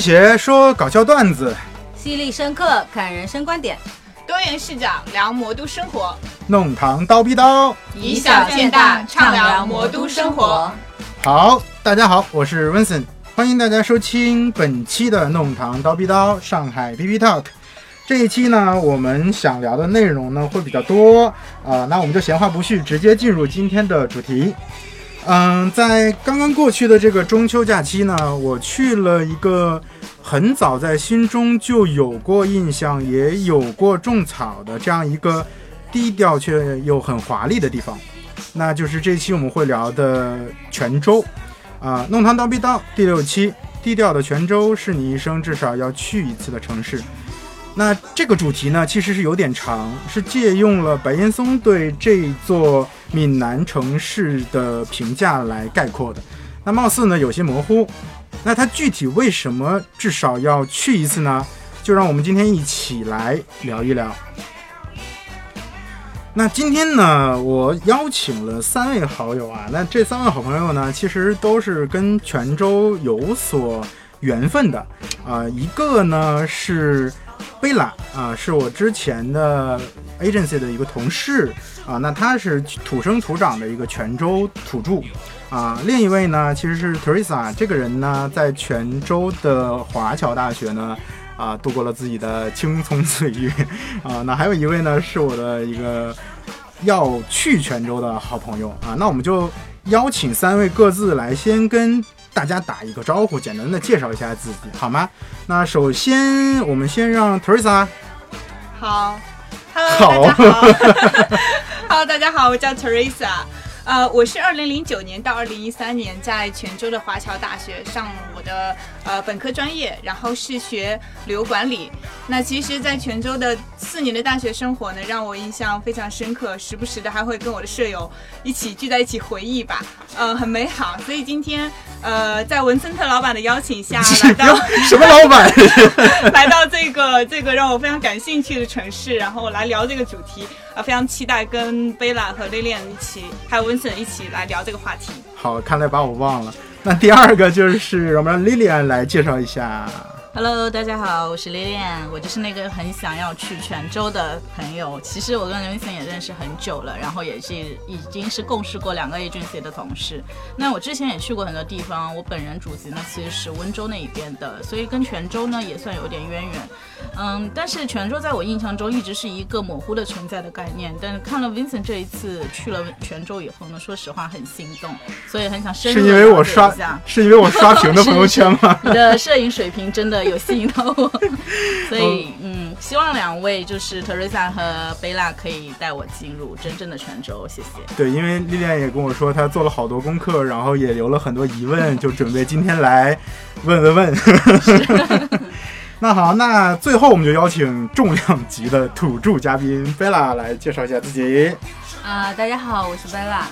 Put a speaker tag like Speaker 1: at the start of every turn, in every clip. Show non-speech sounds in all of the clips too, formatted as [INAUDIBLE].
Speaker 1: 学说搞笑段子，
Speaker 2: 犀利深刻，看人生观点，
Speaker 3: 多元视角聊魔都生活，
Speaker 1: 弄堂叨逼叨。
Speaker 3: 以小见大，畅聊魔都生活。。
Speaker 1: 好，大家好，我是 Vincent，欢迎大家收听本期的弄堂叨逼叨上海 PP Talk。这一期呢，我们想聊的内容呢会比较多啊、呃那我们就闲话不絮，直接进入今天的主题。嗯，在刚刚过去的这个中秋假期呢，我去了一个很早在心中就有过印象，也有过种草的这样一个低调却又很华丽的地方。那就是这期我们会聊的泉州，啊、弄堂叨逼叨第六期，低调的泉州是你一生至少要去一次的城市。那这个主题呢，其实是有点长，是借用了白岩松对这座闽南城市的评价来概括的。那貌似呢有些模糊。那它具体为什么至少要去一次呢？就让我们今天一起来聊一聊。那今天呢，我邀请了三位好友啊。那这三位好朋友呢，其实都是跟泉州有所缘分的啊、一个呢是贝拉啊、是我之前的 agency 的一个同事啊、那他是土生土长的一个泉州土著啊、另一位呢，其实是 Teresa，这个人呢，在泉州的华侨大学呢。啊，度过了自己的青葱岁月，啊，那还有一位呢，是我的一个要去泉州的好朋友啊。那我们就邀请三位各自来先跟大家打一个招呼，简单的介绍一下自己，好吗？那首先我们先让
Speaker 2: [LAUGHS]
Speaker 1: Teresa， [LAUGHS]
Speaker 3: 好，Hello，大家好 [LAUGHS] ，Hello，大家好，我叫 Teresa，呃，我是二零零九年到二零一三年在泉州的华侨大学上我的呃本科专业，然后是学旅游管理。那其实，在泉州的四年的大学生活呢，让我印象非常深刻，时不时的还会跟我的舍友一起聚在一起回忆吧，呃，很美好。所以今天，呃，在文森特老板的邀请下
Speaker 1: [LAUGHS]
Speaker 3: 来到。
Speaker 1: 什么老板？
Speaker 3: [LAUGHS] 来到这个这个让我非常感兴趣的城市，然后来聊这个主题啊，非常期待跟贝拉和 Lilian 一起，还有 Vincent 一起来聊这个话题。
Speaker 1: 好，看来把我忘了。那第二个就是让我们让 Lilian 来介绍一下。
Speaker 2: Hello，大家好，我是 Lilian，我就是那个很想要去泉州的朋友。其实我跟刘 i n 也认识很久了，然后也是已经是共事过两个 agency 的同事。那我之前也去过很多地方，我本人祖籍呢其实是温州那一边的，所以跟泉州呢也算有点渊源。嗯，但是泉州在我印象中一直是一个模糊的存在的概念，但是看了 Vincent 这一次去了泉州以后呢，说实话很心动，所以很想深入
Speaker 1: 是
Speaker 2: 地
Speaker 1: 因为我
Speaker 2: 了解
Speaker 1: 刷
Speaker 2: 一下，
Speaker 1: 是因为我刷屏的朋友圈吗？
Speaker 2: 你的摄影水平真的有吸引到我，所以嗯，希望两位就是 Teresa 和贝拉可以带我进入真正的泉州，谢谢。
Speaker 1: 对，因为丽莲也跟我说，她做了好多功课，然后也留了很多疑问，就准备今天来问问问。那好，那最后我们就邀请重量级的土著嘉宾贝拉来介绍一下自己。
Speaker 4: 啊、大家好，我是贝拉。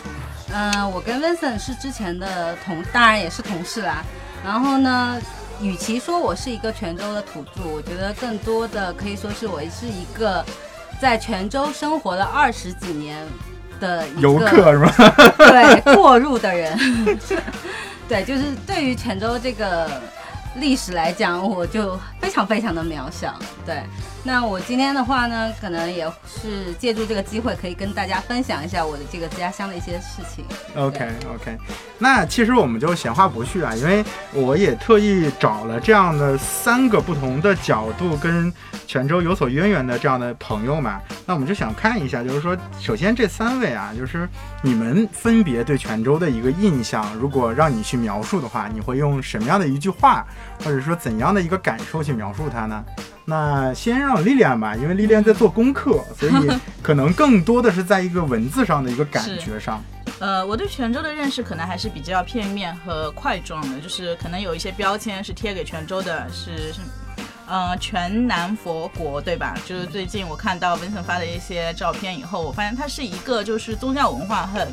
Speaker 4: 嗯、我跟 Vincent 是之前的同，当然也是同事啦。然后呢，与其说我是一个泉州的土著，我觉得更多的可以说是我是一个在泉州生活了二十几年的一个 [LAUGHS]
Speaker 1: 游客是吧？
Speaker 4: 对过路的人。 [LAUGHS] 对，就是对于泉州这个历史来讲，我就非常非常的渺小。对，那我今天的话呢，可能也是借助这个机会，可以跟大家分享一下我的这个家乡的一些事情。
Speaker 1: OK OK，那其实我们就闲话不絮啊，因为我也特意找了这样的三个不同的角度跟泉州有所渊源的这样的朋友嘛，那我们就想看一下，就是说，首先这三位啊，就是你们分别对泉州的一个印象，如果让你去描述的话，你会用什么样的一句话，或者说怎样的一个感受去描述它呢？那先让莉莉安吧，因为莉莉安在做功课，所以可能更多的是在一个文字上的一个感
Speaker 2: 是
Speaker 1: 觉上。
Speaker 2: 呃，我对泉州的认识可能还是比较片面和块状的，就是可能有一些标签是贴给泉州的，是是。呃，全南佛国对吧？就是最近我看到 Vincent 发的一些照片以后，我发现它是一个就是宗教文化很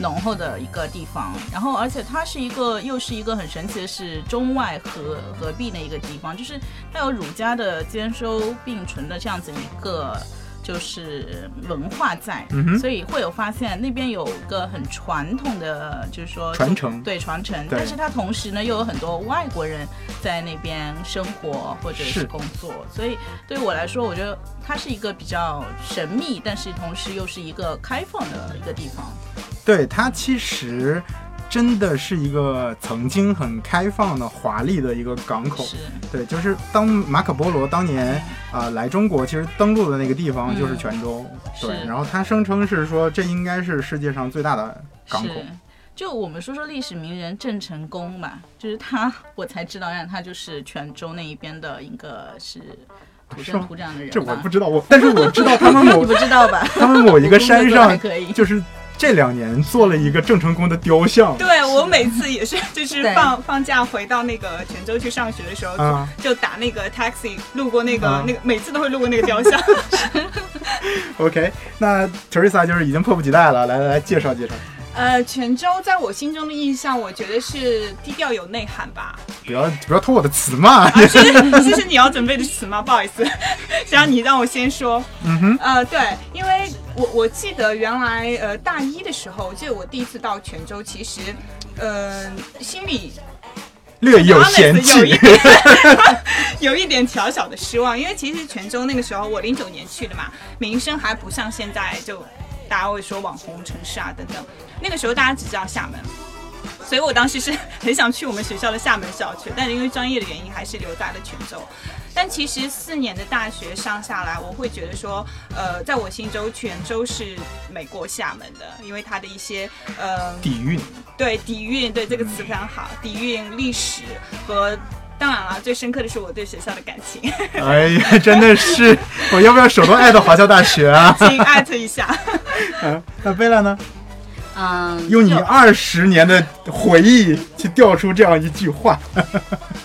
Speaker 2: 浓厚的一个地方，然后而且它是一个又是一个很神奇的是中外合合并的一个地方，就是它有儒家的兼收并存的这样子一个就是文化在，
Speaker 1: 嗯哼
Speaker 2: 所以会有发现那边有个很传统的，就是说
Speaker 1: 传承
Speaker 2: 对传承，
Speaker 1: 对
Speaker 2: 但是它同时呢又有很多外国人在那边生活或者
Speaker 1: 是
Speaker 2: 是工作，所以对我来说，我觉得它是一个比较神秘，但是同时又是一个开放的一个地方。
Speaker 1: 对它其实真的是一个曾经很开放的、华丽的一个港口。
Speaker 2: 是，
Speaker 1: 对，就是当马可波罗当年啊、来中国，其实登陆的那个地方就是泉州。
Speaker 2: 是
Speaker 1: 对，然后他声称是说这应该是世界上最大的港口
Speaker 2: 是。就我们说说历史名人郑成功吧，就是他，我才知道，让他就是泉州那一边的一个是土
Speaker 1: 是吗
Speaker 2: 生土长的人吧。
Speaker 1: 这我不知道，我但是我知道他们
Speaker 2: [LAUGHS]
Speaker 1: 某
Speaker 2: 你不知道吧？
Speaker 1: 他们某一个山
Speaker 2: 我 [LAUGHS] 还
Speaker 1: 上
Speaker 2: 可以，
Speaker 1: 就是这两年做了一个郑成功的雕像。
Speaker 3: 对我每次也是，就是
Speaker 4: 对
Speaker 3: 放放假回到那个泉州去上学的时候，
Speaker 1: 啊，
Speaker 3: 就打那个 taxi 路过那个、
Speaker 1: 啊
Speaker 3: 那个，每次都会路过那个雕
Speaker 1: [LAUGHS]
Speaker 3: 像。
Speaker 1: OK，那 Teresa 就是已经迫不及待了，来来来，介绍介绍，
Speaker 3: 呃，泉州在我心中的印象，我觉得是低调有内涵 [LAUGHS] 吧。
Speaker 1: 不要不要偷我的词嘛。
Speaker 3: 这是你要准备的词吗？不好意思， [LAUGHS] 让你让我先说。
Speaker 1: 嗯哼，
Speaker 3: 呃，对，因为我我记得原来呃大一的时候，就我第一次到泉州，其实，呃，心里
Speaker 1: 略有
Speaker 3: honest，
Speaker 1: 嫌
Speaker 3: 有一
Speaker 1: 弃。
Speaker 3: 点 [LAUGHS] 有一点小小的失望，因为其实泉州那个时候我零九年去的嘛，名声还不像现在就大家会说网红城市啊等等，那个时候大家只知道厦门。所以我当时是 [LAUGHS] 很想去我们学校的厦门校区，但是因为专业的原因，还是留在了泉州。但其实四年的大学上下来，我会觉得说，呃，在我心中，泉州是美国厦门的，因为它的一些呃
Speaker 1: [LAUGHS] 底蕴，
Speaker 3: 对底蕴，对这个词非常好，底蕴、历史和。当然了，最深刻的是我对学校的感情， [LAUGHS]
Speaker 1: 哎呀，真的是，我要不要手动艾特华侨大学
Speaker 3: [LAUGHS]
Speaker 1: 啊？
Speaker 3: 请艾特一下。
Speaker 1: 嗯那贝拉呢？
Speaker 4: 嗯，
Speaker 1: 用你
Speaker 4: 就
Speaker 1: 二十年的回忆去调出这样一句话，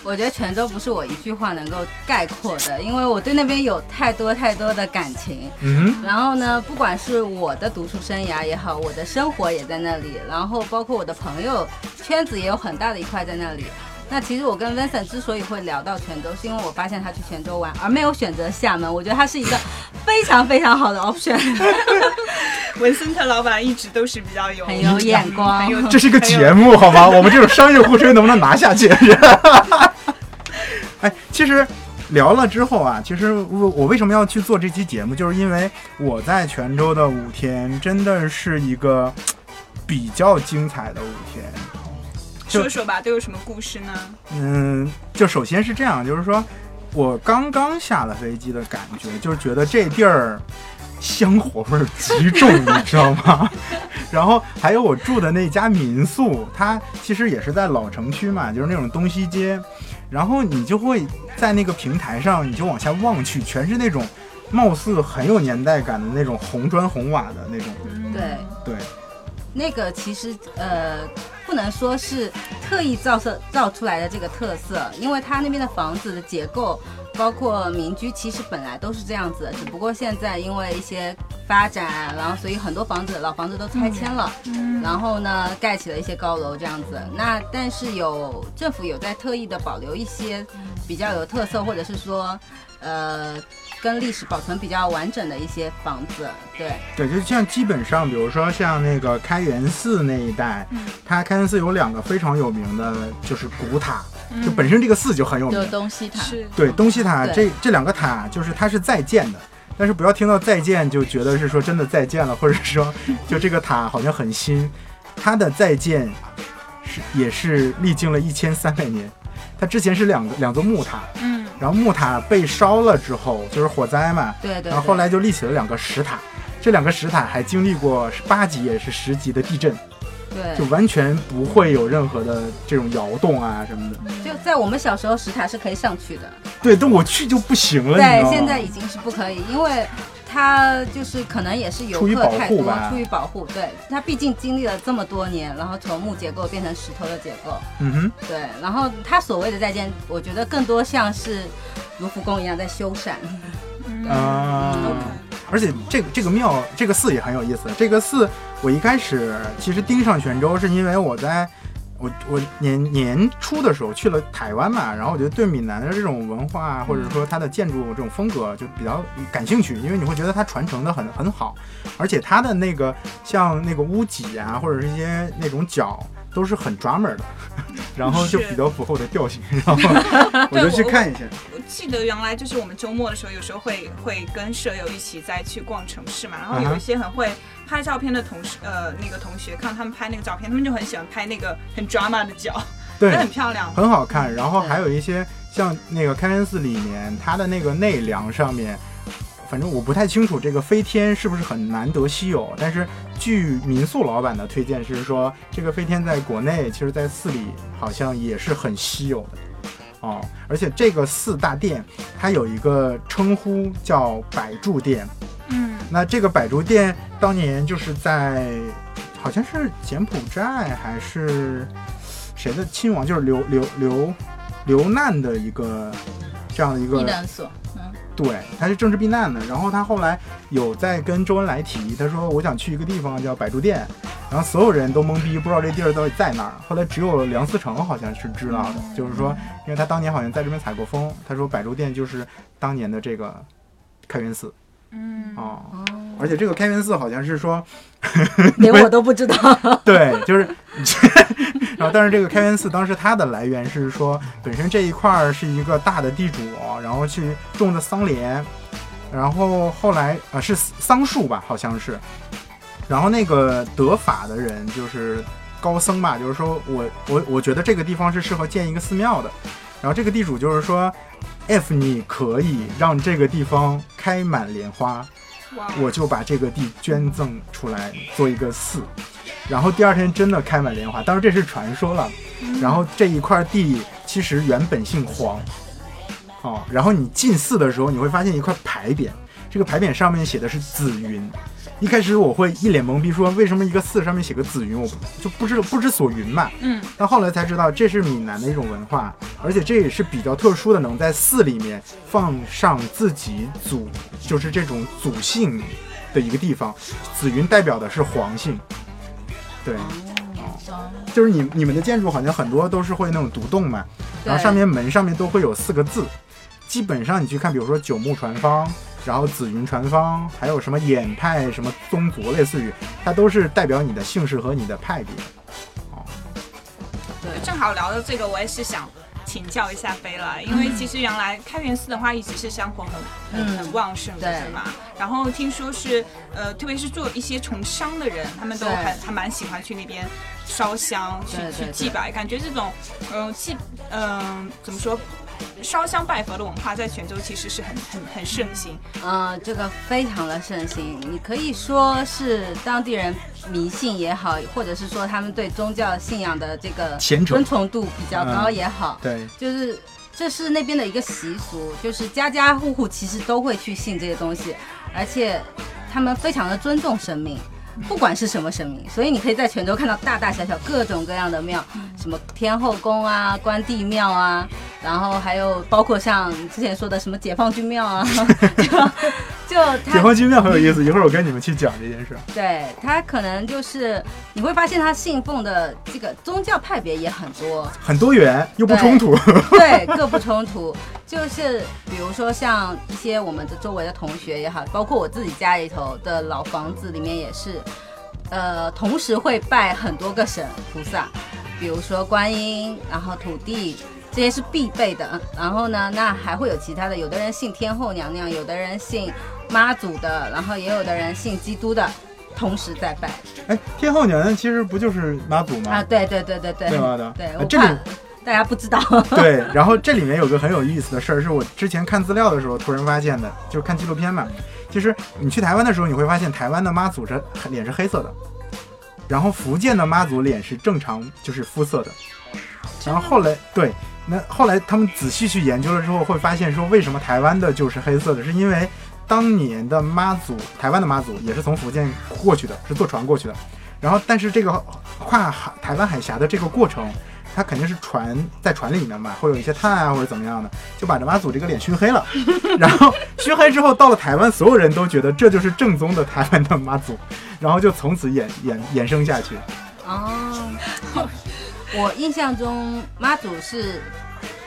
Speaker 4: 我觉得泉州不是我一句话能够概括的，因为我对那边有太多太多的感情。
Speaker 1: 嗯
Speaker 4: 然后呢，不管是我的读书生涯也好，我的生活也在那里，然后包括我的朋友圈子也有很大的一块在那里。那其实我跟 Vincent 之所以会聊到泉州，是因为我发现他去泉州玩，而没有选择厦门。我觉得他是一个非常非常好的
Speaker 3: [LAUGHS]
Speaker 4: option，
Speaker 3: 文森特老板一直都是比
Speaker 1: [LAUGHS]
Speaker 3: 较有
Speaker 4: 很有眼光
Speaker 3: 很。有
Speaker 1: 哼，这是一个节目好
Speaker 3: [LAUGHS]
Speaker 1: 吗？我们这种商业互吹能不能拿下去？ [LAUGHS] 哎，其实聊了之后啊，其实我我为什么要去做这期节目，就是因为我在泉州的五天真的是一个比较精彩的五天。就
Speaker 3: 说说吧，都有什么故事呢？
Speaker 1: 嗯，就首先是这样，就是说我刚刚下了飞机的感觉，就是觉得这地儿香火味儿极重，你知道吗？ [LAUGHS] 然后还有我住的那家民宿，它其实也是在老城区嘛，就是那种东西街，然后你就会在那个平台上，你就往下望去，全是那种貌似很有年代感的那种红砖红瓦的那种，
Speaker 4: 对，
Speaker 1: 对，
Speaker 4: 那个其实呃，不能说是特意造色造出来的这个特色，因为它那边的房子的结构，包括民居，其实本来都是这样子的，只不过现在因为一些发展，然后所以很多房子老房子都拆迁了，
Speaker 3: 嗯
Speaker 2: 嗯
Speaker 4: 然后呢盖起了一些高楼这样子。那但是有政府有在特意的保留一些比较有特色，或者是说呃跟历史保存比较完整的一些房子，对。
Speaker 1: 对，就像基本上，比如说像那个开元寺那一带，它开元寺有两个非常有名的，就是古塔，就本身这个寺就很有
Speaker 2: 就
Speaker 1: 名。
Speaker 2: 东西塔，
Speaker 3: 嗯是
Speaker 1: 对，东西塔
Speaker 4: 对
Speaker 1: 这这两个塔，就是它是在建的，但是不要听到再建就觉得是说真的再建了，或者说就这个塔好像很新，它的再建是也是历经了一千三百年。它之前是两个两座木塔，
Speaker 3: 嗯，
Speaker 1: 然后木塔被烧了之后，就是火灾嘛，
Speaker 4: 对对对，
Speaker 1: 然后后来就立起了两个石塔，这两个石塔还经历过八级也是十级的地震，
Speaker 4: 对
Speaker 1: 就完全不会有任何的这种摇动啊什么的。
Speaker 4: 就在我们小时候，石塔是可以上去的，
Speaker 1: 对，但我去就不行了，你知
Speaker 4: 对，
Speaker 1: 道吗？
Speaker 4: 现在已经是不可以，因为它就是可能也是游
Speaker 1: 出于
Speaker 4: 客
Speaker 1: 保
Speaker 4: 太
Speaker 1: 护
Speaker 4: 多
Speaker 1: 吧，
Speaker 4: 出于保护，对，它毕竟经历了这么多年，然后从木结构变成石头的结构，
Speaker 1: 嗯哼，
Speaker 4: 对，然后它所谓的再建，我觉得更多像是卢浮宫一样在修缮，
Speaker 1: 啊、而且这个这个庙这个寺也很有意思。这个寺我一开始其实盯上泉州，是因为我在我我年年初的时候去了台湾嘛，然后我觉得对闽南的这种文化啊，或者说它的建筑这种风格就比较感兴趣，因为你会觉得它传承的很很好，而且它的那个像那个屋脊啊，或者是一些那种角都是很 drummer 的， [LAUGHS] 然后就比较符合我的调性，然后我就去看一下。
Speaker 3: 我记得原来就是我们周末的时候，有时候会会跟舍友一起再去逛城市嘛，然
Speaker 1: 啊
Speaker 3: 后有一些很会拍照片的同事，呃，那个同学看他们拍那个照片，他们就很喜欢拍那个很 drama 的脚，
Speaker 1: 对
Speaker 3: 那，很漂亮。
Speaker 1: 很好看。然后还有一些像那个开恩寺里面，它的那个内梁上面，反正我不太清楚这个飞天是不是很难得稀有，但是据民宿老板的推荐是说，这个飞天在国内其实在寺里好像也是很稀有的。哦，而且这个寺大殿，它有一个称呼叫百柱殿。
Speaker 3: 嗯，
Speaker 1: 那这个百竹殿当年就是在，好像是柬埔寨还是谁的亲王，就是流流流流难的一个这样的一
Speaker 2: 避
Speaker 1: 个，
Speaker 2: 难所，嗯，
Speaker 1: 对，他是政治避难的。然后他后来有在跟周恩来提，他说我想去一个地方叫百竹殿，然后所有人都懵逼，不知道这地儿到底在哪儿。后来只有梁思成好像是知道的，就是说，因为他当年好像在这边采过风，他说百竹殿就是当年的这个开元寺。嗯哦，
Speaker 4: 哦，
Speaker 1: 而且这个开元寺好像是说，
Speaker 4: 连我都不知道。
Speaker 1: [LAUGHS] 对，就是，然后但是这个开元寺当时它的来源是说，本身这一块儿是一个大的地主，然后去种的桑莲，然后后来啊、呃是桑树吧，好像是，然后那个得法的人就是高僧吧，就是说我我我觉得这个地方是适合建一个寺庙的，然后这个地主就是说，if 你可以让这个地方开满莲花，
Speaker 3: 哇，
Speaker 1: 我就把这个地捐赠出来做一个寺，然后第二天真的开满莲花，当然这是传说了。然后这一块地其实原本姓黄，哦，然后你进寺的时候你会发现一块牌匾，这个牌匾上面写的是紫云。一开始我会一脸懵逼，说为什么一个寺上面写个紫云，我不就不知不知所云嘛。
Speaker 3: 嗯，
Speaker 1: 但后来才知道这是闽南的一种文化，而且这也是比较特殊的，能在寺里面放上自己祖，就是这种祖姓的一个地方。紫云代表的是皇姓，对，
Speaker 2: 哦
Speaker 1: 就是你你们的建筑好像很多都是会那种独栋嘛，然后
Speaker 4: 对
Speaker 1: 上面门上面都会有四个字，基本上你去看，比如说九牧传方，然后紫云传方，还有什么衍派什么宗族，类似于它都是代表你的姓氏和你的派别。
Speaker 4: 对，
Speaker 3: 正好聊到这个，我也是想请教一下飞了，因为其实原来开元寺的话一直是香火很很
Speaker 4: 嗯
Speaker 3: 很旺盛的，
Speaker 4: 对
Speaker 3: 是吗？然后听说是呃，特别是做一些从商的人，他们都
Speaker 4: 对
Speaker 3: 还还蛮喜欢去那边烧香去
Speaker 4: 对对
Speaker 3: 去
Speaker 4: 对
Speaker 3: 祭拜，感觉这种呃祭嗯、怎么说？烧香拜佛的文化在泉州其实是很很很盛行，
Speaker 4: 嗯、这个非常的盛行，你可以说是当地人迷信也好，或者是说他们对宗教信仰的这个
Speaker 1: 虔诚嗯
Speaker 4: 尊崇度比较高也好，
Speaker 1: 对，
Speaker 4: 就是这是那边的一个习俗，就是家家户户其实都会去信这些东西，而且他们非常的尊重神明。不管是什么神明，所以你可以在泉州看到大大小小各种各样的庙，什么天后宫啊、关帝庙啊，然后还有包括像之前说的什么解放军庙啊，就就它
Speaker 1: 解放军庙很有意思，一会儿我跟你们去讲这件事。
Speaker 4: 对他可能就是你会发现他信奉的这个宗教派别也很多，
Speaker 1: 很多元又不冲突，
Speaker 4: [LAUGHS] 对，各不冲突。就是比如说像一些我们的周围的同学也好，包括我自己家里头的老房子里面也是，呃，同时会拜很多个神菩萨，比如说观音，然后土地。这些是必备的，然后呢，那还会有其他的，有的人信天后娘娘，有的人信妈祖的，然后也有的人信基督的，同时在拜
Speaker 1: [LAUGHS] 哎，天后娘娘其实不就是妈祖吗？
Speaker 4: 啊，对对对对对，
Speaker 1: 对吧的
Speaker 4: 对
Speaker 1: 啊
Speaker 4: 我
Speaker 1: 这里
Speaker 4: 怕大家不知道，
Speaker 1: 对，然后这里面有个很有意思的事儿，是我之前看资料的时候突然发现的，就是看纪录片嘛。其实你去台湾的时候，你会发现台湾的妈祖是脸是黑色的，然后福建的妈祖脸是正常就是肤色的。然后后来对，那后来他们仔细去研究了之后，会发现说为什么台湾的就是黑色的，是因为当年的妈祖，台湾的妈祖也是从福建过去的，是坐船过去的。然后，但是这个跨海台湾海峡的这个过程，它肯定是船在船里面嘛，会有一些碳啊或者怎么样的，就把这妈祖这个脸熏黑了。然后熏黑之后，到了台湾，所有人都觉得这就是正宗的台湾的 [LAUGHS] 妈祖，然后就从此衍衍衍生下去。
Speaker 4: 哦，我印象中妈祖是。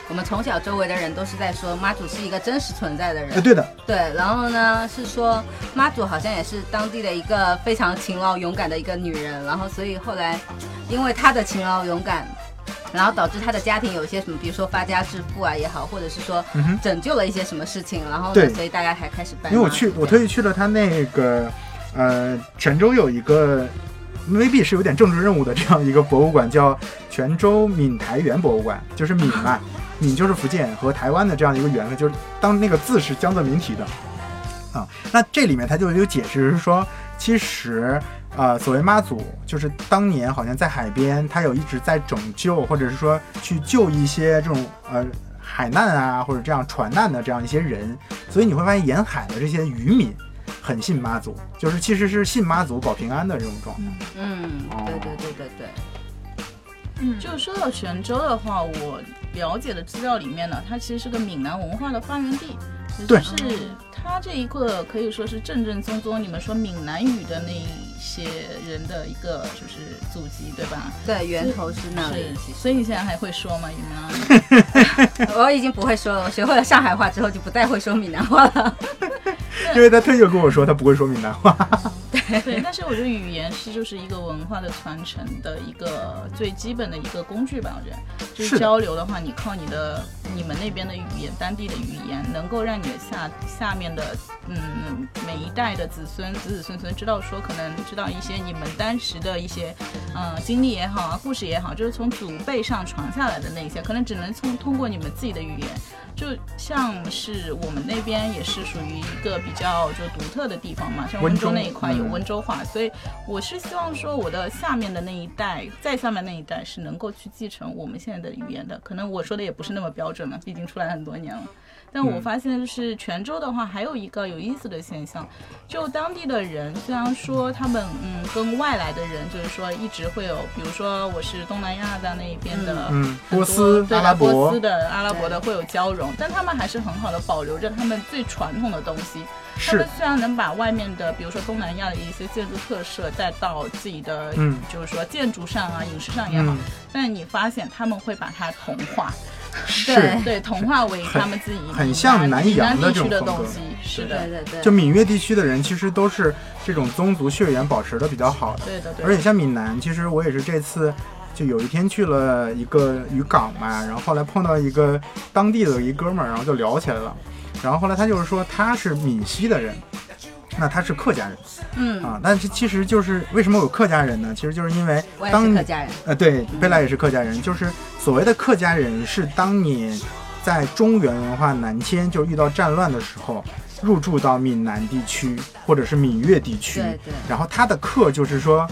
Speaker 4: 我们从小周围的人都是在说妈祖是一个真实存在的人，
Speaker 1: 哎， [LAUGHS] 对的，
Speaker 4: 对，然后呢是说妈祖好像也是当地的一个非常勤劳勇敢的一个女人，然后所以后来因为她的勤劳勇敢，然后导致她的家庭有一些什么，比如说发家致富啊也好，或者是说
Speaker 1: 嗯哼，
Speaker 4: 拯救了一些什么事情，然后呢
Speaker 1: 对
Speaker 4: 所以大家才开始拜妈。
Speaker 1: 因为我去，我特意去了他那个，呃，泉州有一个未必是有点政治任务的这样一个博物馆，叫泉州闽台园博物馆，就是闽嘛，闽就是福建和台湾的这样一个缘分，就是当那个字是江泽民提的啊。那这里面他就有解释是说，其实。呃，所谓妈祖，就是当年好像在海边，他有一直在拯救，或者是说去救一些这种呃海难啊，或者这样船难的这样一些人，所以你会发现沿海的这些渔民很信妈祖，就是其实是信妈祖保平安的这种状态。
Speaker 4: 嗯，
Speaker 1: 哦
Speaker 4: 对对对对对，
Speaker 3: 嗯，
Speaker 2: 就说到泉州的话，我了解的资料里面呢，它其实是个闽南文化的发源地，也
Speaker 1: 对
Speaker 2: 就是它这一个可以说是正正宗宗你们说闽南语的那一些人的一个就是祖籍，对吧？
Speaker 4: 对源头是那里
Speaker 2: 是。
Speaker 4: 其实
Speaker 2: 所以你现在还会说吗？闽南语？
Speaker 4: [LAUGHS] 我已经不会说了，我学会了上海话之后就不再会说闽南话了。
Speaker 1: 因为他特意跟我说他不会说闽南话，
Speaker 2: 对，但是我觉得语言是就是一个文化的传承的一个最基本的一个工具吧，我觉得就是是
Speaker 1: 的
Speaker 2: 交流的话，你靠你的你们那边的语言，当地的语言，能够让你的下下面的嗯每一代的子孙子子孙孙知道说，可能知道一些你们当时的一些嗯经历也好啊，故事也好，就是从祖辈上传下来的那些，可能只能通通过你们自己的语言。就像是我们那边也是属于一个比较就独特的地方嘛，像温州
Speaker 1: 温州
Speaker 2: 那一块有
Speaker 1: 嗯
Speaker 2: 温州话，所以我是希望说我的下面的那一代，再下面那一代是能够去继承我们现在的语言的。可能我说的也不是那么标准了，毕竟出来很多年了。但我
Speaker 1: 嗯
Speaker 2: 发现就是泉州的话，还有一个有意思的现象，就当地的人虽然说他们嗯跟外来的人，就是说一直会有，比如说我是东南亚的那一边的，
Speaker 1: 嗯，
Speaker 2: 很
Speaker 1: 波
Speaker 2: 多
Speaker 1: 斯、
Speaker 2: 对
Speaker 1: 阿拉
Speaker 2: 波
Speaker 1: 伯
Speaker 2: 斯，的阿拉伯的会有交融，但他们还是很好的保留着他们最传统的东西。他
Speaker 1: 是
Speaker 2: 们虽然能把外面的，比如说东南亚的一些建筑特色带到自己的，
Speaker 1: 嗯
Speaker 2: 就是说建筑上啊、饮食上也好，
Speaker 1: 嗯
Speaker 2: 但你发现他们会把它同化，
Speaker 1: 是，
Speaker 2: [LAUGHS] 对，同化为他们自己
Speaker 1: 很像
Speaker 2: 南
Speaker 1: 南洋
Speaker 2: 南
Speaker 1: 的
Speaker 2: 地
Speaker 1: 这
Speaker 2: 区
Speaker 1: 种
Speaker 2: 的
Speaker 1: 风格
Speaker 2: 东西，是
Speaker 4: [LAUGHS] 对
Speaker 2: 的，
Speaker 4: 对对，
Speaker 1: 就闽粤地区的人其实都是这种宗族血缘保持的比较好的。
Speaker 2: 对的，对
Speaker 1: 而
Speaker 2: 的。
Speaker 1: 且像闽南，其实我也是这次就有一天去了一个渔港嘛，然后后来碰到一个当地的一哥们儿，然后就聊起来了。然后后来他就是说他是闽西的人，那他是客家人
Speaker 4: 嗯，
Speaker 1: 啊，但是其实就是为什么有客家人呢？其实就是因为
Speaker 4: 我也
Speaker 1: 当
Speaker 4: 是
Speaker 1: 你
Speaker 4: 客家人。
Speaker 1: 呃，对，贝拉也是客家人，就是所谓的客家人是当你在中原文化南迁，就遇到战乱的时候，入住到闽南地区或者是闽粤地区，
Speaker 4: 对对，
Speaker 1: 然后他的客就是说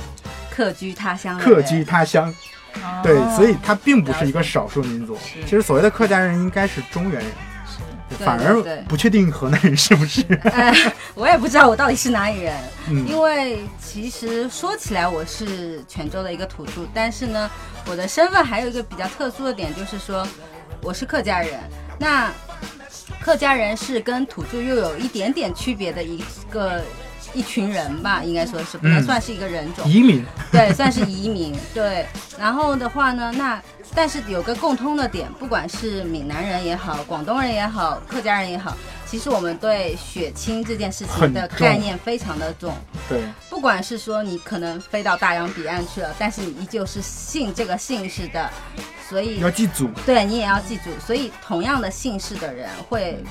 Speaker 4: 客居他乡的人，
Speaker 1: 客居他乡，
Speaker 2: 哦
Speaker 1: 对，所以他并不是一个少数民族。
Speaker 2: 是
Speaker 1: 其实所谓的客家人应该是中原人，
Speaker 2: 是
Speaker 4: 对
Speaker 1: 反而
Speaker 4: 对
Speaker 1: 不确定河南人是不
Speaker 4: [LAUGHS]
Speaker 1: 是。
Speaker 4: 哎， [LAUGHS] 我也不知道我到底是哪里人，
Speaker 1: 嗯
Speaker 4: 因为其实说起来我是泉州的一个土著，但是呢，我的身份还有一个比较特殊的点，就是说我是客家人。那客家人是跟土著又有一点点区别的一个一群人吧，应该说是不能
Speaker 1: 嗯
Speaker 4: 算是一个人种。
Speaker 1: 移民，
Speaker 4: [LAUGHS] 对，算是移民。对，然后的话呢，那但是有个共通的点，不管是闽南人也好，广东人也好，客家人也好，其实我们对血亲这件事情的
Speaker 1: 很重
Speaker 4: 概念非常的重。
Speaker 1: 对，
Speaker 4: 不管是说你可能飞到大洋彼岸去了，但是你依旧是姓这个姓氏的，所以
Speaker 1: 要祭祖，
Speaker 4: 对你也要记住，所以同样的姓氏的人会。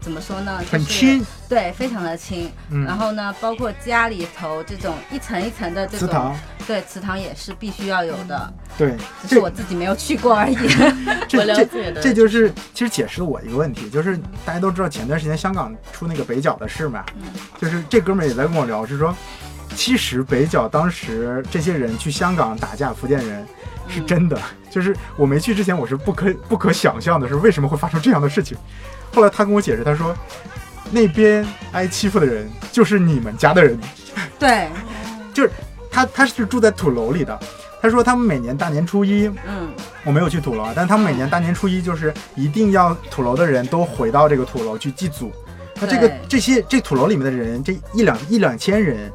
Speaker 4: 怎么说呢？
Speaker 1: 很
Speaker 4: 就是
Speaker 1: 亲，
Speaker 4: 对，非常的亲。
Speaker 1: 嗯
Speaker 4: 然后呢，包括家里头这种一层一层的这
Speaker 1: 祠
Speaker 4: 种
Speaker 1: 堂，
Speaker 4: 对，祠堂也是必须要有的，
Speaker 1: 对，
Speaker 4: 只
Speaker 1: 这
Speaker 4: 是我自己没有去过而已。 [LAUGHS]
Speaker 2: 我
Speaker 1: 这
Speaker 2: 了
Speaker 1: 这
Speaker 2: 解的
Speaker 1: 这就是其实解释了我一个问题，就是大家都知道前段时间香港出那个北角的事嘛，
Speaker 2: 嗯
Speaker 1: 就是这哥们儿也在跟我聊，是说其实北角当时这些人去香港打架，福建人是
Speaker 2: 嗯
Speaker 1: 真的，就是我没去之前我是不可不可想象的是为什么会发生这样的事情，后来他跟我解释，他说那边挨欺负的人就是你们家的人，
Speaker 4: 对，
Speaker 1: 他他是住在土楼里的，他说他们每年大年初一
Speaker 4: 嗯，
Speaker 1: 我没有去土楼啊，但他们每年大年初一就是一定要土楼的人都回到这个土楼去祭祖。那这个
Speaker 4: 对
Speaker 1: 这些这土楼里面的人，这一两一两千人，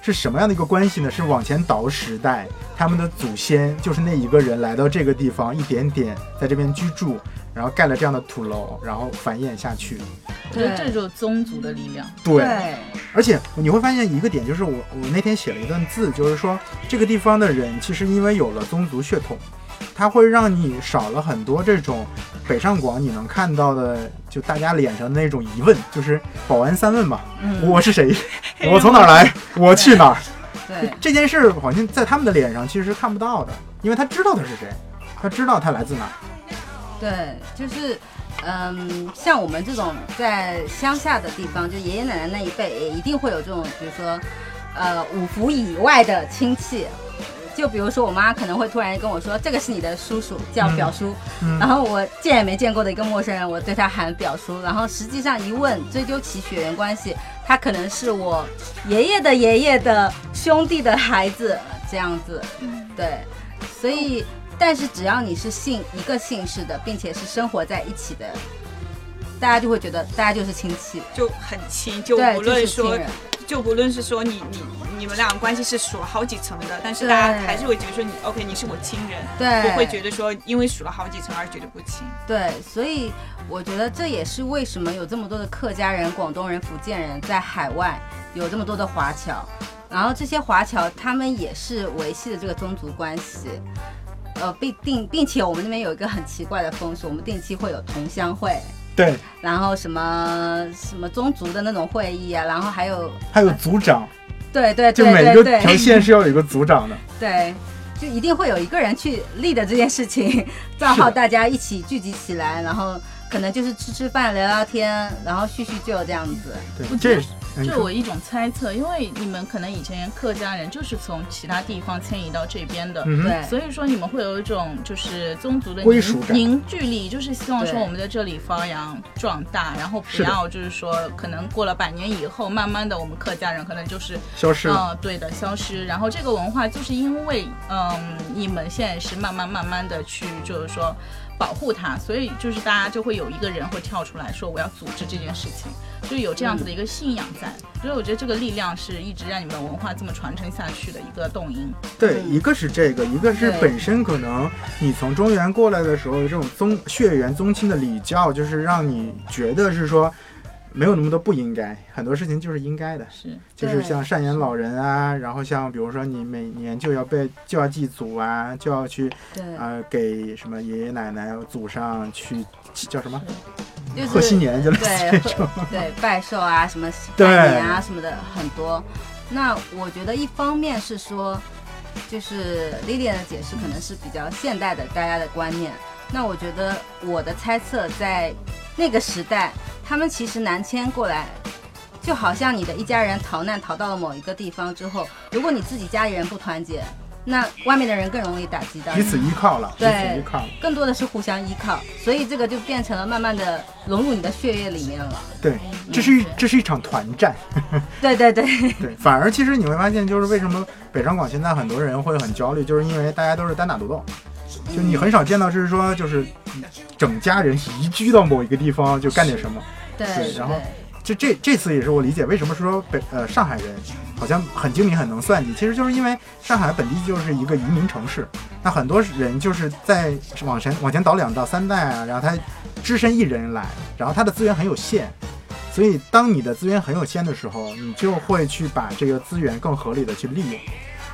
Speaker 1: 是什么样的一个关系呢？是往前倒时代，他们的祖先就是那一个人来到这个地方，一点点在这边居住，然后盖了这样的土楼，然后繁衍下去。
Speaker 2: 我觉得这就是宗族的力量。
Speaker 1: 对，而且你会发现一个点，就是我我那天写了一段字，就是说这个地方的人其实因为有了宗族血统，它会让你少了很多这种北上广你能看到的，就大家脸上的那种疑问，就是保安三问嘛，
Speaker 4: 嗯
Speaker 1: 我是
Speaker 4: [LAUGHS]
Speaker 1: 谁，我从哪儿来，我去哪儿。
Speaker 4: 对，
Speaker 1: 这件事好像在他们的脸上其实是看不到的，因为他知道他是谁，他知道他来自哪儿。
Speaker 4: 对，就是，嗯，像我们这种在乡下的地方，就爷爷奶奶那一辈，也一定会有这种，比如说，呃，五福以外的亲戚。就比如说，我妈可能会突然跟我说：“这个是你的叔叔，叫表叔。
Speaker 1: 嗯
Speaker 4: 然后我见也没见过的一个陌生人，我对他喊表叔，然后实际上一问，追究其血缘关系，他可能是我爷爷的爷爷的兄弟的孩子，这样子，
Speaker 1: 嗯
Speaker 4: 对，所以。但是只要你是姓一个姓氏的，并且是生活在一起的，大家就会觉得大家就是亲戚，
Speaker 3: 就很亲，就
Speaker 4: 对，
Speaker 3: 无
Speaker 4: 就
Speaker 3: 论
Speaker 4: 是亲
Speaker 3: 说
Speaker 4: 人，
Speaker 3: 就不论是说你你你们俩关系是数了好几层的，但是
Speaker 4: 对
Speaker 3: 大家还是会觉得说你 OK，你是我亲人，
Speaker 4: 对，
Speaker 3: 不会觉得说因为数了好几层而觉得不亲。
Speaker 4: 对，所以我觉得这也是为什么有这么多的客家人、广东人、福建人在海外有这么多的华侨，然后这些华侨他们也是维系的这个宗族关系。呃，并并并且我们那边有一个很奇怪的风俗，我们定期会有同乡会，
Speaker 1: 对，
Speaker 4: 然后什么什么宗族的那种会议啊，然后还有
Speaker 1: 还有族长，
Speaker 4: 对对
Speaker 1: 就
Speaker 4: 对
Speaker 1: 每一
Speaker 4: 对
Speaker 1: 个
Speaker 4: 对
Speaker 1: 条线是要有一个族长的。
Speaker 4: 对，就一定会有一个人去立的这件事
Speaker 2: [LAUGHS]
Speaker 4: 情，账号大家一起聚集起来，然后可能就是吃吃饭、聊聊天，然后叙叙旧这样子。
Speaker 1: 对
Speaker 2: 我，觉
Speaker 1: 这
Speaker 2: 得
Speaker 1: 是嗯
Speaker 2: 这我一种猜测，因为你们可能以前客家人就是从其他地方迁移到这边的，
Speaker 1: 嗯哼，
Speaker 4: 对，
Speaker 2: 所以说你们会有一种就是宗族的
Speaker 1: 归属感
Speaker 2: 凝凝聚力，就是希望说
Speaker 4: 对
Speaker 2: 我们在这里发扬壮大，然后
Speaker 1: 是
Speaker 2: 不
Speaker 1: 的
Speaker 2: 要就是说可能过了百年以后，慢慢的我们客家人可能就是
Speaker 1: 消失了。
Speaker 2: 嗯、对的消失。然后这个文化就是因为嗯你们现在是慢慢慢慢的去就是说。保护它，所以就是大家就会有一个人会跳出来说我要组织这件事情，就有这样子的一个信仰在，所以我觉得这个力量是一直让你们文化这么传承下去的一个动因。
Speaker 1: 对，
Speaker 4: 嗯
Speaker 1: 一个是这个，一个是
Speaker 4: 对
Speaker 1: 本身可能你从中原过来的时候，这种宗血缘宗亲的礼教，就是让你觉得是说没有那么多不应该，很多事情就是应该的，
Speaker 2: 是，
Speaker 1: 就是
Speaker 4: 对
Speaker 1: 像赡养老人啊，然后像比如说你每年就要被就要祭祖啊，就要去
Speaker 4: 对，
Speaker 2: 啊
Speaker 1: 呃给什么爷爷奶奶祖上去叫什么
Speaker 4: 就
Speaker 1: 贺新
Speaker 4: 是
Speaker 1: 年就类似
Speaker 4: [LAUGHS] 对
Speaker 1: [LAUGHS] 这种
Speaker 4: 贺对拜寿啊，什么
Speaker 1: 对
Speaker 4: 拜年啊，什么的很多。那我觉得一方面是说，就是 Lilian 的解释可能是比较现代的大家的观念。那我觉得我的猜测在那个时代，他们其实南迁过来，就好像你的一家人逃难逃到了某一个地方之后，如果你自己家里人不团结，那外面的人更容易打击到
Speaker 1: 彼
Speaker 4: 你。
Speaker 1: 此依靠了，彼此
Speaker 4: 对
Speaker 1: 依靠了。
Speaker 4: 更多的是互相依靠，所以这个就变成了慢慢的融入你的血液里面了。
Speaker 1: 对，这是一这是一场团战。
Speaker 4: 对对对，
Speaker 1: 对，反而其实你会发现，就是为什么北上广现在很多人会很焦虑，就是因为大家都是单打独斗，就你很少见到是说就是整家人移居到某一个地方就干点什么。
Speaker 4: 对
Speaker 1: 对然后就这这次也是我理解为什么说北呃上海人好像很精明很能算计，其实就是因为上海本地就是一个移民城市，那很多人就是在往前往前倒两到三代啊，然后他只身一人来，然后他的资源很有限，所以当你的资源很有限的时候，你就会去把这个资源更合理的去利用。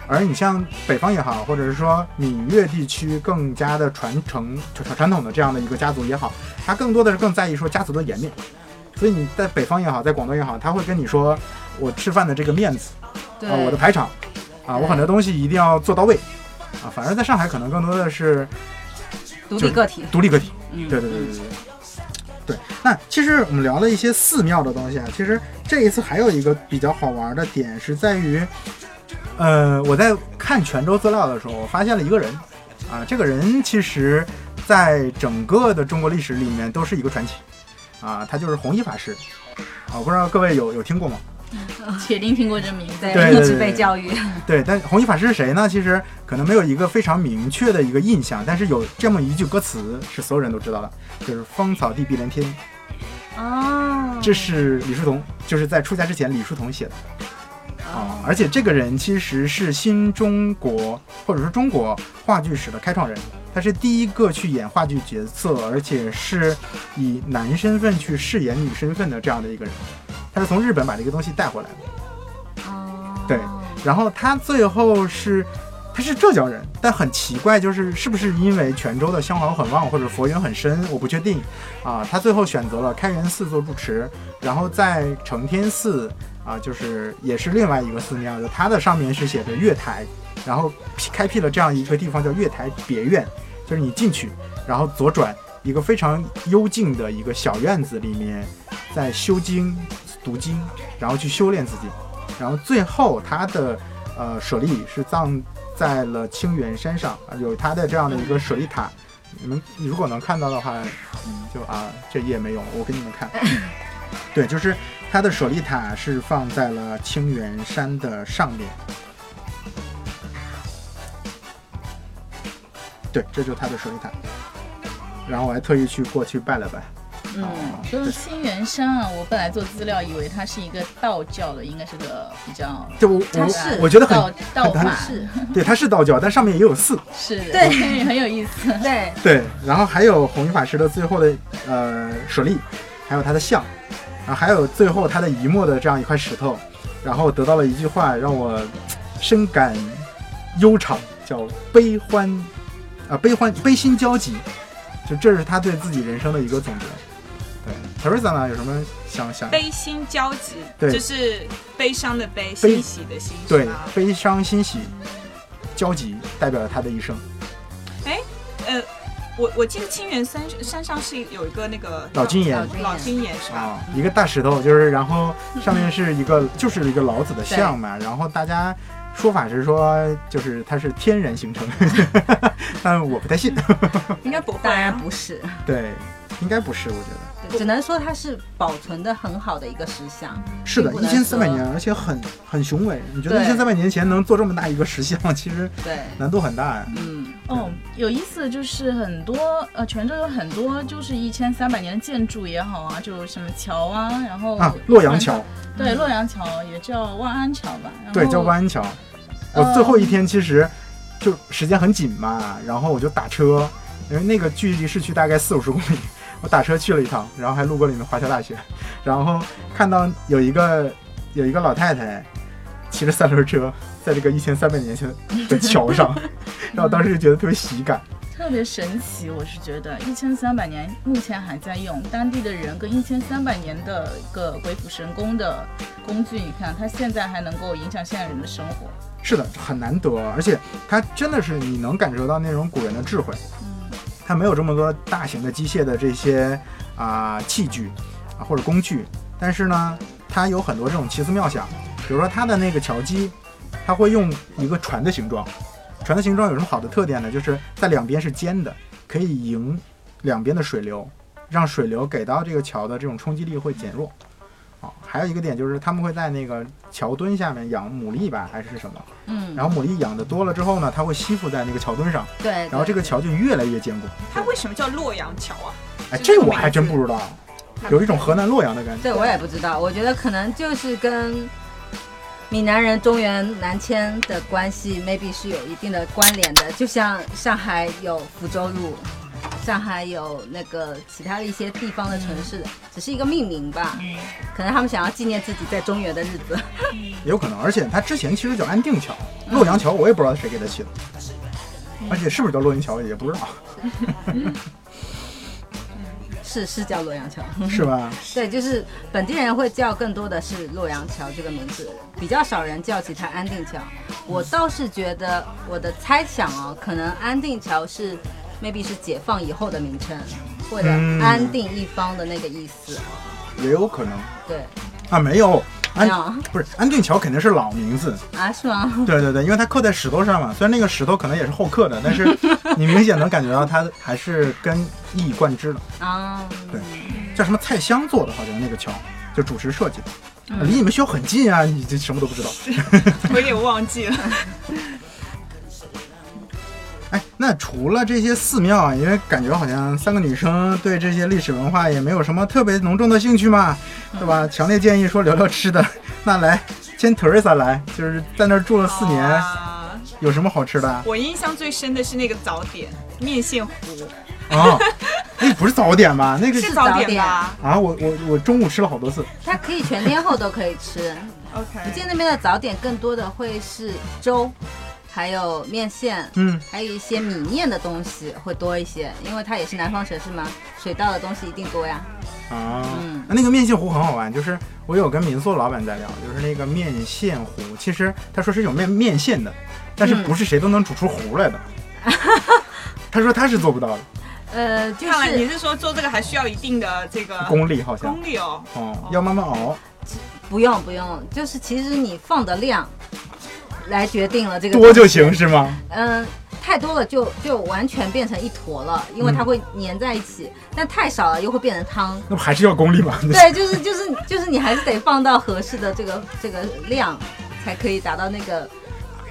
Speaker 1: 而你像北方也好，或者是说闽粤地区更加的传承传传统的这样的一个家族也好，他更多的是更在意说家族的颜面。所以你在北方也好，在广东也好，他会跟你说我吃饭的这个面子
Speaker 4: 对
Speaker 1: 啊，我的排场啊，我很多东西一定要做到位啊。反而在上海，可能更多的是
Speaker 4: 独
Speaker 1: 就
Speaker 4: 立
Speaker 1: 是
Speaker 4: 个体，
Speaker 1: 独立个体。
Speaker 4: 嗯，
Speaker 1: 对对对对对。对，那其实我们聊了一些寺庙的东西啊，其实这一次还有一个比较好玩的点是在于，呃，我在看泉州资料的时候，我发现了一个人，啊，这个人其实在整个的中国历史里面都是一个传奇，啊，他就是弘一法师，啊，我不知道各位有有听过吗？
Speaker 2: 铁定听过这名字。
Speaker 4: 啊对嗯
Speaker 1: 对对
Speaker 4: 一直
Speaker 1: 对
Speaker 4: 被教
Speaker 1: [LAUGHS]
Speaker 4: 育，
Speaker 1: 对，但弘一法师是谁呢？其实可能没有一个非常明确的一个印象，但是有这么一句歌词是所有人都知道的，就是“芳草地碧连天”。
Speaker 4: 哦嗯
Speaker 1: 这是李叔同，就是在出家之前李叔同写的。
Speaker 4: 哦
Speaker 1: 啊，而且这个人其实是新中国或者是中国话剧史的开创人，他是第一个去演话剧角色，而且是以男身份去饰演女身份的这样的一个人，他是从日本把这个东西带回来的。
Speaker 4: 哦，
Speaker 1: 对然后他最后是他是浙江人，但很奇怪，就是是不是因为泉州的香火很旺或者佛缘很深，我不确定啊。他最后选择了开元寺做住持，然后在承天寺啊，就是也是另外一个寺庙的，它的上面是写着月台，然后开辟了这样一个地方叫月台别院，就是你进去，然后左转一个非常幽静的一个小院子里面，在修经读经，然后去修炼自己。然后最后他的呃舍利是葬在了清源山上，啊有他的这样的一个舍利塔。你们你如果能看到的话，嗯，就啊这页没有，我给你们看。对，就是他的舍利塔是放在了清源山的上面。对，这就是他的舍利塔。然后我还特意去过去拜了拜。
Speaker 2: 嗯，就是清源山啊，我本来做资料以为它是一个道教的，应该是个比较
Speaker 1: 就我
Speaker 4: 它
Speaker 1: 我
Speaker 4: 是
Speaker 1: 我觉得很
Speaker 2: 道道
Speaker 1: 很
Speaker 2: 法 [LAUGHS]
Speaker 4: 是，
Speaker 1: 对，它是道教，但上面也有寺。
Speaker 2: 是
Speaker 4: 对
Speaker 2: 很很有意思。
Speaker 4: 对，
Speaker 1: [LAUGHS] 对，然后还有弘一法师的最后的呃舍利，还有他的像，然后还有最后他的遗墨的这样一块石头，然后得到了一句话让我嘖深感悠长，叫悲欢啊、悲欢悲心交集，就这是他对自己人生的一个总结。对，Teresa 呢有什么想想？
Speaker 3: 悲心交集，
Speaker 1: 对
Speaker 3: 就是悲伤的悲，
Speaker 1: 悲
Speaker 3: 欣喜的欣，
Speaker 1: 对
Speaker 3: 是吗，
Speaker 1: 悲伤欣喜交集代表了他的一生。
Speaker 3: 呃，我我记得清源山山上是有一个那个
Speaker 1: 老金岩
Speaker 3: 老金岩是吧？
Speaker 1: 啊，一个大石头，就是然后上面是一个就是一个老子的像嘛，然后大家说法是说就是它是天然形成，
Speaker 4: [LAUGHS]
Speaker 1: 但我不太信，
Speaker 3: 应该不会
Speaker 4: 当然
Speaker 3: 啊，
Speaker 4: 不是，
Speaker 1: 对，应该不是，我觉得
Speaker 4: 对只能说它是保存的很好的一个石像。
Speaker 1: 是的，
Speaker 4: 并
Speaker 1: 一
Speaker 4: 不
Speaker 1: 千
Speaker 4: 难
Speaker 1: 四
Speaker 4: 说
Speaker 1: 百年，而且很很雄伟，你觉得一
Speaker 4: 对
Speaker 1: 千三百年前能做这么大一个石像，其实
Speaker 4: 对，
Speaker 1: 难度很大呀。
Speaker 4: 嗯，
Speaker 2: 哦，有意思的就是很多呃，泉州有很多就是一千三百年的建筑也好啊，就什么桥啊，然
Speaker 4: 哦
Speaker 2: 后
Speaker 1: 啊，洛阳桥，，
Speaker 2: 对，洛阳桥也叫万安桥吧，然后嗯
Speaker 1: 对，叫万安桥。我最后一天其实就时间很紧嘛，然后我就打车，因为那个距离市区大概四五十公里，我打车去了一趟，然后还路过了你们华侨大学，然后看到有一个有一个老太太骑着三轮车，在这个一千三百年前的桥上， [LAUGHS] 然后当时就觉得特别喜感。
Speaker 2: 特别神奇，我是觉得一千三百年目前还在用，当地的人跟一千三百年的一个鬼斧神工的工具，你看它现在还能够影响现在人的生活。
Speaker 1: 是的，很难得，而且它真的是你能感受到那种古人的智慧。它没有这么多大型的机械的这些啊、器具啊或者工具，但是呢，它有很多这种奇思妙想。比如说它的那个桥基，它会用一个船的形状。船的形状有什么好的特点呢？就是在两边是尖的，可以迎两边的水流，让水流给到这个桥的这种冲击力会减弱。啊、还有一个点就是他们会在那个桥墩下面养牡蛎吧，还是什么？
Speaker 4: 嗯，
Speaker 1: 然后牡蛎养的多了之后呢，它会吸附在那个桥墩上，
Speaker 4: 对。
Speaker 1: 然后这个
Speaker 4: 对
Speaker 1: 桥就越来越坚固。
Speaker 3: 它为什么叫洛阳桥啊？
Speaker 1: 哎，
Speaker 3: 就
Speaker 1: 这
Speaker 3: 是
Speaker 1: 我还真不知道，有一种河南洛阳的感觉。
Speaker 4: 对我也不知道，我觉得可能就是跟闽南人、中原、南迁的关系，maybe 是有一定的关联的。就像上海有福州路，上海有那个其他的一些地方的城市，只是一个命名吧。可能他们想要纪念自己在中原的日子。 [LAUGHS]
Speaker 1: 也有可能。而且它之前其实叫安定桥、
Speaker 4: 嗯
Speaker 1: 洛阳桥，我也不知道谁给它起的，而且是不是叫洛阳桥也不知道，
Speaker 4: 是是叫洛阳桥，
Speaker 1: 是吧？
Speaker 4: 对，就是本地人会叫更多的是洛阳桥这个名字，比较少人叫其他安定桥。我倒是觉得我的猜想哦，可能安定桥是 maybe 是解放以后的名称，为了
Speaker 1: 嗯
Speaker 4: 安定一方的那个意思。哦
Speaker 1: 也有可能
Speaker 4: 对，
Speaker 1: 啊，没有安
Speaker 4: 没有
Speaker 1: 不是安定桥肯定是老名字，
Speaker 4: 啊？是吗？ [LAUGHS]
Speaker 1: 对对对，因为它刻在石头上嘛。虽然那个石头可能也是后刻的，但是你明显能感觉到它还是跟一以贯之的。
Speaker 4: 啊，
Speaker 1: 对叫什么蔡襄做的，好像那个桥就主持设计的。离你们学校很近啊，你这什么都不知道。
Speaker 3: 我也忘记了。
Speaker 1: 哎，那除了这些寺庙啊，因为感觉好像三个女生对这些历史文 [LAUGHS] 化也没有什么特别浓重的兴趣嘛，对吧？强烈建议说聊聊吃的。那来，先 Teresa 来，就是在那儿住了 [LAUGHS] 四年，
Speaker 3: 啊
Speaker 1: 有什么好吃的
Speaker 3: [LAUGHS]
Speaker 1: 啊？
Speaker 3: 我印象最深的是那个早点面线糊，
Speaker 1: 啊，那不是早点吧？那个
Speaker 3: 是
Speaker 4: 早
Speaker 3: 点
Speaker 4: 点
Speaker 3: 吧
Speaker 1: 啊，我我我中午吃了好多次，
Speaker 4: 它可以全天候都可以吃。
Speaker 3: ？OK，
Speaker 4: 福建那边的早点更多的会是粥，还有面线，
Speaker 1: 嗯，
Speaker 4: 还有一些米面的东西会多一些，因为它也是南方城市嘛，水稻的东西一定多呀。
Speaker 1: 啊，
Speaker 4: 嗯
Speaker 1: 那个面线糊很好玩，就是我有跟民宿老板在聊，就是那个面线糊，其实他说是有面面线的，但是
Speaker 4: 嗯
Speaker 1: 不是谁都能煮出糊来的。他说他是做不到的，
Speaker 4: 呃，就
Speaker 3: 看来你
Speaker 4: 是
Speaker 3: 是说做这个还需要一定的这个
Speaker 1: 功力好像
Speaker 3: 功力哦。
Speaker 1: 哦，要慢慢熬。
Speaker 4: 不用不用，就是其实你放的量来决定了这个
Speaker 1: 多
Speaker 4: 东
Speaker 1: 就
Speaker 4: 西
Speaker 1: 行是吗？
Speaker 4: 嗯，太多了就就完全变成一坨了，因为它
Speaker 1: 嗯
Speaker 4: 会粘在一起；但太少了又会变成
Speaker 1: [LAUGHS]
Speaker 4: 汤。
Speaker 1: 那不还是要功力吗？
Speaker 4: 对，就是就是就是你还是得放到合适的这个这个量，才可以达到那个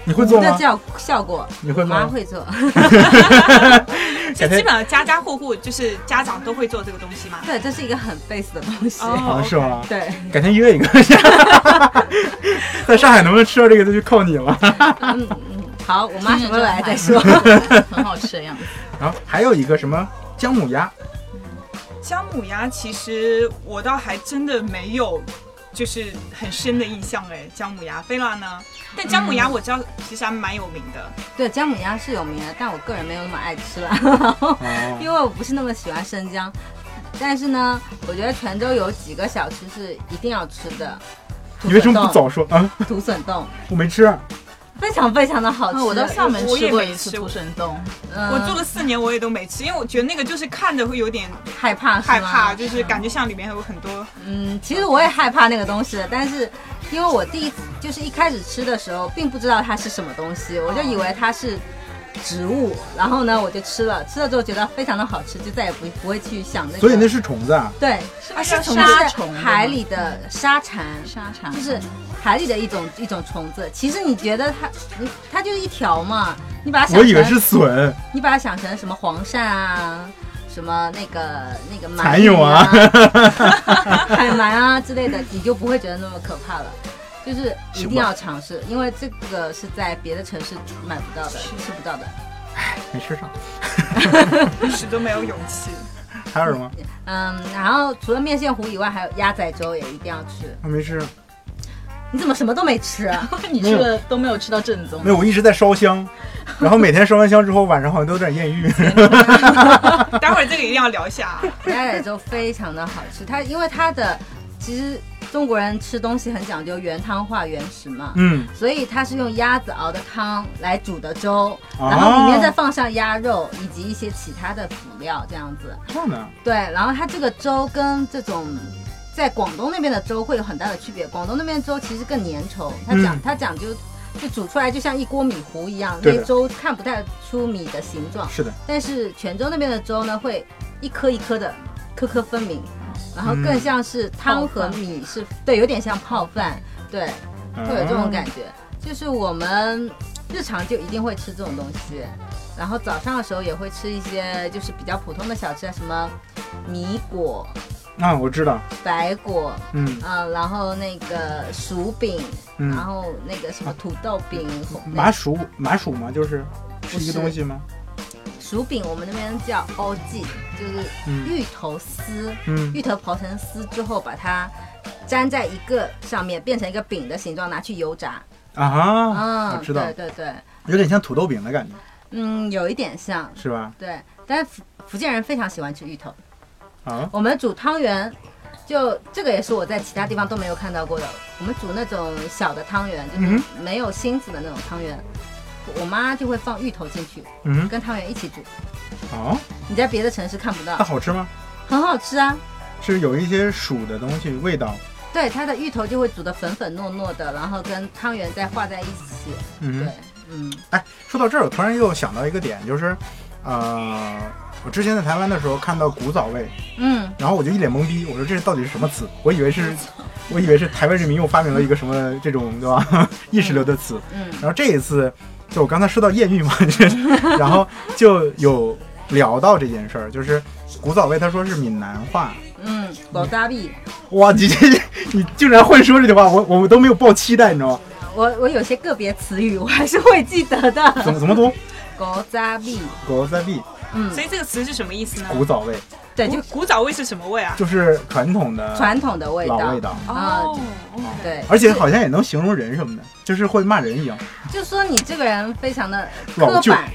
Speaker 1: 你会
Speaker 4: 糊
Speaker 1: 做
Speaker 4: 的
Speaker 1: 吗？
Speaker 4: 效效果。
Speaker 1: 你会
Speaker 4: 我妈
Speaker 1: 吗？
Speaker 4: 会做，
Speaker 3: 所
Speaker 1: 改
Speaker 3: 以基
Speaker 1: 天
Speaker 3: 本上家家户户就是家长都会做这个东西嘛。
Speaker 4: 对，这是一个很 base 的
Speaker 1: [LAUGHS]
Speaker 4: 东西。
Speaker 1: 啊
Speaker 3: 哦，
Speaker 1: 是吗？
Speaker 4: 对，
Speaker 1: 改天约一个， [LAUGHS] 在上海能不能吃到这个就靠你了。
Speaker 4: 嗯嗯，好，我妈什么时候来再说。
Speaker 2: 很好吃的样子。
Speaker 1: 然后还有一个什么姜母鸭，
Speaker 3: 姜母鸭其实我倒还真的没有，就是很深的印象哎。姜母鸭，贝拉呢？但姜母鸭我知道其实还蛮有名的。
Speaker 4: [LAUGHS] 对，姜母鸭是有名的，但我个人没有那么爱吃了，
Speaker 1: 哦，
Speaker 4: 因为我不是那么喜欢生姜。但是呢，我觉得泉州有几个小吃是一定要吃的。
Speaker 1: 你为什么
Speaker 4: 土
Speaker 1: 不
Speaker 4: 笋冻？
Speaker 1: 早说啊？
Speaker 4: 土笋冻
Speaker 1: 我没吃。啊
Speaker 4: 非常非常的好吃。
Speaker 2: 啊，我到厦门
Speaker 3: 我也
Speaker 2: 吃过
Speaker 3: 没
Speaker 2: 一次
Speaker 3: 吃
Speaker 2: 土
Speaker 3: 过
Speaker 2: 笋冻，
Speaker 4: 嗯
Speaker 3: 我做了四年，我也都没吃，因为我觉得那个就是看着会有点
Speaker 4: 害怕是吗
Speaker 3: 害怕，就是感觉像里面还有很多
Speaker 4: 嗯，其实我也害怕那个东西，但是因为我第一次就是一开始吃的时候，并不知道它是什么东西，我就以为它是植物，然后呢我就吃了，吃了之后觉得非常的好吃，就再也不不会去想那个。
Speaker 1: 所以那是虫子啊，
Speaker 4: 对
Speaker 3: 啊
Speaker 2: 是
Speaker 3: 是
Speaker 2: 从
Speaker 3: 从
Speaker 2: 沙
Speaker 4: 是
Speaker 2: 虫的吗
Speaker 4: 海里的沙蚕，
Speaker 2: 沙茶，
Speaker 4: 就是海里的一种一种虫子。其实你觉得它，你它就是一条嘛，你把它想
Speaker 1: 我以为
Speaker 4: 成
Speaker 1: 是笋。
Speaker 4: 你把它想成什么黄鳝啊，什么那个那个鳗
Speaker 1: 蚕蛹
Speaker 4: 鱼
Speaker 1: 啊
Speaker 4: 啊、 [LAUGHS]
Speaker 1: [LAUGHS]
Speaker 4: 海鳗啊之类的，你就不会觉得那么可怕了。就是一定要尝试，因为这个是在别的城市买不到的，吃不到的。
Speaker 1: 没吃上。
Speaker 3: 始终没有勇 [LAUGHS] 气。
Speaker 1: 还有什么？
Speaker 4: 嗯，然后除了面线糊以外，还有鸭仔粥也一定要吃。
Speaker 1: 我没吃。
Speaker 4: 你怎么什么都没吃啊？
Speaker 2: [LAUGHS] 你
Speaker 1: 没
Speaker 2: 吃
Speaker 1: 有
Speaker 2: 了都没有吃到正
Speaker 4: 嗯
Speaker 2: 宗
Speaker 1: 没。有，我一直在烧
Speaker 4: [LAUGHS]
Speaker 1: 香，然后每天烧完香之后，晚上好像都有点艳遇。
Speaker 3: 待会儿这个一定要聊一下啊。
Speaker 4: 鸭仔粥非常的好吃，它因为它的其实中国人吃东西很讲究原汤化原食嘛，
Speaker 1: 嗯，
Speaker 4: 所以它是用鸭子熬的汤来煮的粥，
Speaker 1: 哦
Speaker 4: [LAUGHS] 然后里面再放上鸭肉以及一些其他的辅料，这样子。
Speaker 1: 这样的啊。
Speaker 4: 对，然后它这个粥跟这种在广东那边的粥会有很大的区别，广东那边的粥其实更粘稠，它讲、
Speaker 1: 嗯
Speaker 4: 它讲究。就煮出来就像一锅米糊一样，
Speaker 1: 对
Speaker 4: 那
Speaker 1: 的
Speaker 4: 粥看不太出米的形状。
Speaker 1: 是的，
Speaker 4: 但是泉州那边的粥呢，会一颗一颗的，颗颗分明，然后
Speaker 1: 嗯
Speaker 4: 更像是汤和米是，对，有点像泡饭，对，
Speaker 1: 嗯
Speaker 4: 会有这种感觉。就是我们日常就一定会吃这种东西，然后早上的时候也会吃一些就是比较普通的小吃，啊，什么米果、
Speaker 1: 觉。啊，我知道。
Speaker 4: 白果，
Speaker 1: 嗯，
Speaker 4: 啊，然后那个薯饼，
Speaker 1: 嗯
Speaker 4: 然后那个什么土豆饼、红
Speaker 1: 麻薯麻薯嘛，就是是一个
Speaker 4: 不是
Speaker 1: 东西吗？
Speaker 4: 薯饼，我们那边叫欧记，就是
Speaker 1: 嗯
Speaker 4: 芋头丝。
Speaker 1: 嗯
Speaker 4: 芋头刨成丝之后，把它粘在一个上面，变成一个饼的形状，拿去油炸。
Speaker 1: 啊哈，
Speaker 4: 嗯，
Speaker 1: 我知道
Speaker 4: 对，对对，
Speaker 1: 有点像土豆饼的感觉，
Speaker 4: 嗯，有一点像，
Speaker 1: 是吧？
Speaker 4: 对。但是福福建人非常喜欢吃芋头，
Speaker 1: 啊，
Speaker 4: 我们煮汤圆。就这个也是我在其他地方都没有看到过的。我们煮那种小的汤圆，就
Speaker 1: 嗯
Speaker 4: 是没有心腹的那种汤圆，我妈就会放芋头进去，
Speaker 1: 嗯，
Speaker 4: 跟汤圆一起煮。
Speaker 1: 哦，
Speaker 4: 你在别的城市看不
Speaker 1: 它
Speaker 4: 到，
Speaker 1: 好吃吗？
Speaker 4: 很好吃啊。
Speaker 1: 是有一些薯的东西味道。
Speaker 4: 对，它的芋头就会煮得粉粉糯糯的，然后跟汤圆再化在一起。
Speaker 1: 嗯
Speaker 4: 对，，嗯，
Speaker 1: 哎，说到这儿，我突然又想到一个点，就是，呃，我之前在台湾的时候看到古早味，
Speaker 4: 嗯，
Speaker 1: 然后我就一脸懵逼，我说这到底是什么词？我以为是，我以为是台湾人民又发明了一个什么这种对吧 [LAUGHS] 意识流的词。
Speaker 4: 嗯
Speaker 1: 然后这一次，就我刚才说到艳遇嘛， [LAUGHS] 这然后就有聊到这件事儿，就是古早味他说是闽南话，
Speaker 4: 嗯，老大币，
Speaker 1: 哇，你这你竟然会说这句话，我我都没有抱期待，你知道吗？
Speaker 4: 我我有些个别词语我还是会记得
Speaker 1: 怎
Speaker 4: 的。
Speaker 1: 么怎么读？
Speaker 4: 狗扎币，
Speaker 1: 狗在币，
Speaker 4: 嗯
Speaker 3: 所，以这个词是什么意思呢？
Speaker 1: 古早味，
Speaker 4: 对，
Speaker 3: 古
Speaker 4: 就
Speaker 3: 古早味是什么味啊？
Speaker 1: 就是传统的
Speaker 4: 传统的味道，
Speaker 1: 老味道，
Speaker 4: 啊
Speaker 3: 哦，
Speaker 4: 对，
Speaker 1: 而且好像也能形容人什么的，就是会骂人一样。
Speaker 4: 就说你这个人非常的
Speaker 1: 老
Speaker 4: 刻
Speaker 1: 旧
Speaker 4: 板，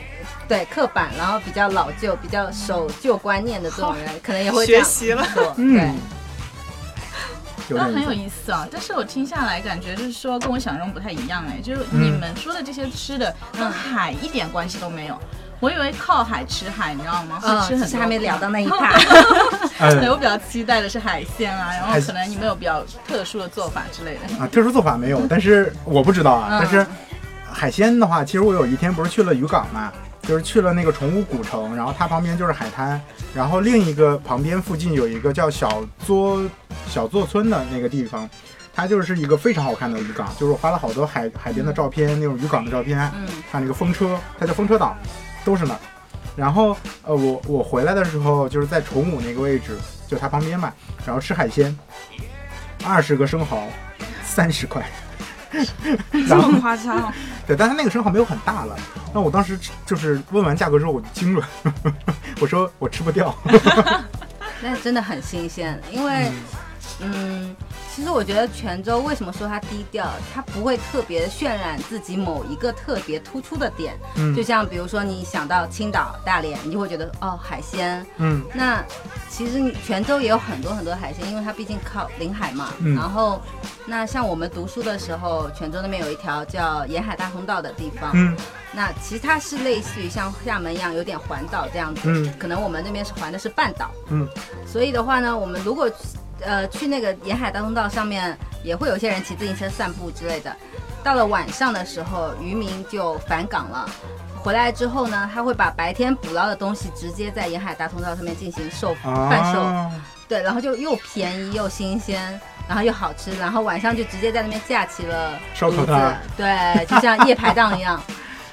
Speaker 4: 对，刻板，然后比较老旧、比较守旧观念的这种
Speaker 1: [LAUGHS]
Speaker 4: 人，可能也会这
Speaker 3: 学
Speaker 4: 样
Speaker 3: 习了。
Speaker 4: 做。对
Speaker 1: 嗯，，有
Speaker 2: 那
Speaker 1: 点
Speaker 2: 很
Speaker 1: 意思。
Speaker 2: 有意思啊！但是我听下来感觉就是说跟我想象中不太一样哎，就是你
Speaker 1: 嗯
Speaker 2: 们说的这些吃的跟海一点关系都没有。我以为靠海吃海，你知道吗？
Speaker 4: 嗯，
Speaker 2: 是吃
Speaker 4: 其
Speaker 2: 很
Speaker 4: 实
Speaker 2: 多。
Speaker 4: 还没聊到那一趴。
Speaker 2: 对，我
Speaker 1: 嗯
Speaker 2: 比较期待的是海鲜啊，然后可能你们有比较特殊的做法之类的。
Speaker 1: 啊，特殊做法没有，但是我不知道啊。
Speaker 4: 嗯
Speaker 1: 但是海鲜的话，其实我有一天不是去了渔港嘛，就是去了那个崇武古城，然后它旁边就是海滩，然后另一个旁边附近有一个叫小作小作村的那个地方。它就是一个非常好看的渔港，就是我花了好多海海边的照片，那种渔港的照片，
Speaker 4: 嗯
Speaker 1: 看那个风车，它叫风车岛，都是那儿。然后呃，我我回来的时候就是在崇武那个位置，就它旁边嘛，然后吃海鲜，二十个生蚝，三十块。 [LAUGHS] 然后
Speaker 3: 夸张
Speaker 1: [LAUGHS]
Speaker 3: 哦，
Speaker 1: 对，但它那个生蚝没有很大了。那我当时吃就是问完价格之后，我就惊了， [LAUGHS] 我说我吃不掉。
Speaker 4: 那真的很新鲜，因为，嗯，其实我觉得泉州为什么说它低调，它不会特别渲染自己某一个特别突出的点，
Speaker 1: 嗯
Speaker 4: 就像比如说你想到青岛、大连，你就会觉得哦海鲜。
Speaker 1: 嗯
Speaker 4: 那其实你泉州也有很多很多海鲜，因为它毕竟靠临海嘛。
Speaker 1: 嗯
Speaker 4: 然后，那像我们读书的时候，泉州那边有一条叫沿海大通道的地方，
Speaker 1: 嗯
Speaker 4: 那其实它是类似于像厦门一样有点环岛这样子，
Speaker 1: 嗯
Speaker 4: 可能我们那边是环的是半岛，
Speaker 1: 嗯，
Speaker 4: 所以的话呢，我们如果呃去那个沿海大通道上面，也会有些人骑自行车散步之类的。到了晚上的时候，渔民就返港了。回来之后呢，他会把白天捕捞的东西直接在沿海大通道上面进行售贩售，
Speaker 1: 啊，
Speaker 4: 对，然后就又便宜又新鲜，然后又好吃，然后晚上就直接在那边架起了
Speaker 1: 烧烤
Speaker 4: 炉子
Speaker 1: 摊儿，
Speaker 4: 对，就像夜排档一样。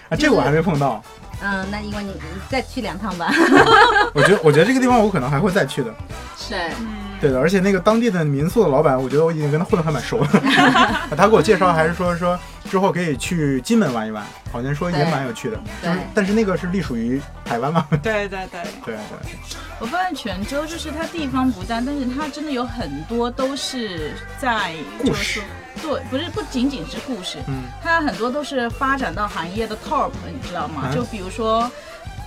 Speaker 1: 啊这个我还没碰到。
Speaker 4: 嗯，那因为你你再去两趟吧。
Speaker 1: 我觉得我觉得这个地方我可能还会再去的。
Speaker 4: 对，
Speaker 3: 嗯
Speaker 1: 对的，而且那个当地的民宿的老板，我觉得我已经跟他混得还蛮
Speaker 4: [LAUGHS]
Speaker 1: 熟了。啊他给我介绍还是说说之后可以去金门玩一玩，好像说也蛮有趣的。
Speaker 4: 对
Speaker 1: 嗯但是那个是隶属于台湾嘛？ [LAUGHS]
Speaker 3: 对对对，
Speaker 1: 对对，
Speaker 2: 我发现泉州就是它地方不大，但是它真的有很多都是在
Speaker 1: 故
Speaker 2: 就
Speaker 1: 事
Speaker 2: 是说对，不是不仅仅是故事，
Speaker 1: 嗯
Speaker 2: 它很多都是发展到行业的 top，你知道吗？
Speaker 1: 啊
Speaker 2: 就比如说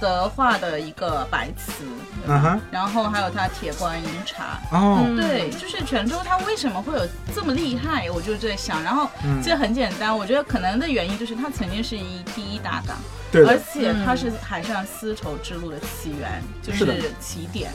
Speaker 2: 德化的一个白瓷，
Speaker 1: 嗯哼，
Speaker 2: 然后还有它铁观音茶。
Speaker 1: 哦，
Speaker 3: 嗯
Speaker 2: 对，就是泉州，它为什么会有这么厉害？我就在想，然后
Speaker 1: 嗯
Speaker 2: 其实很简单，我觉得可能的原因就是它曾经是一第一大港，
Speaker 1: 对
Speaker 2: 而
Speaker 1: 的，
Speaker 2: 且它是海上丝绸之路的起源，就是
Speaker 1: 的
Speaker 2: 是起点，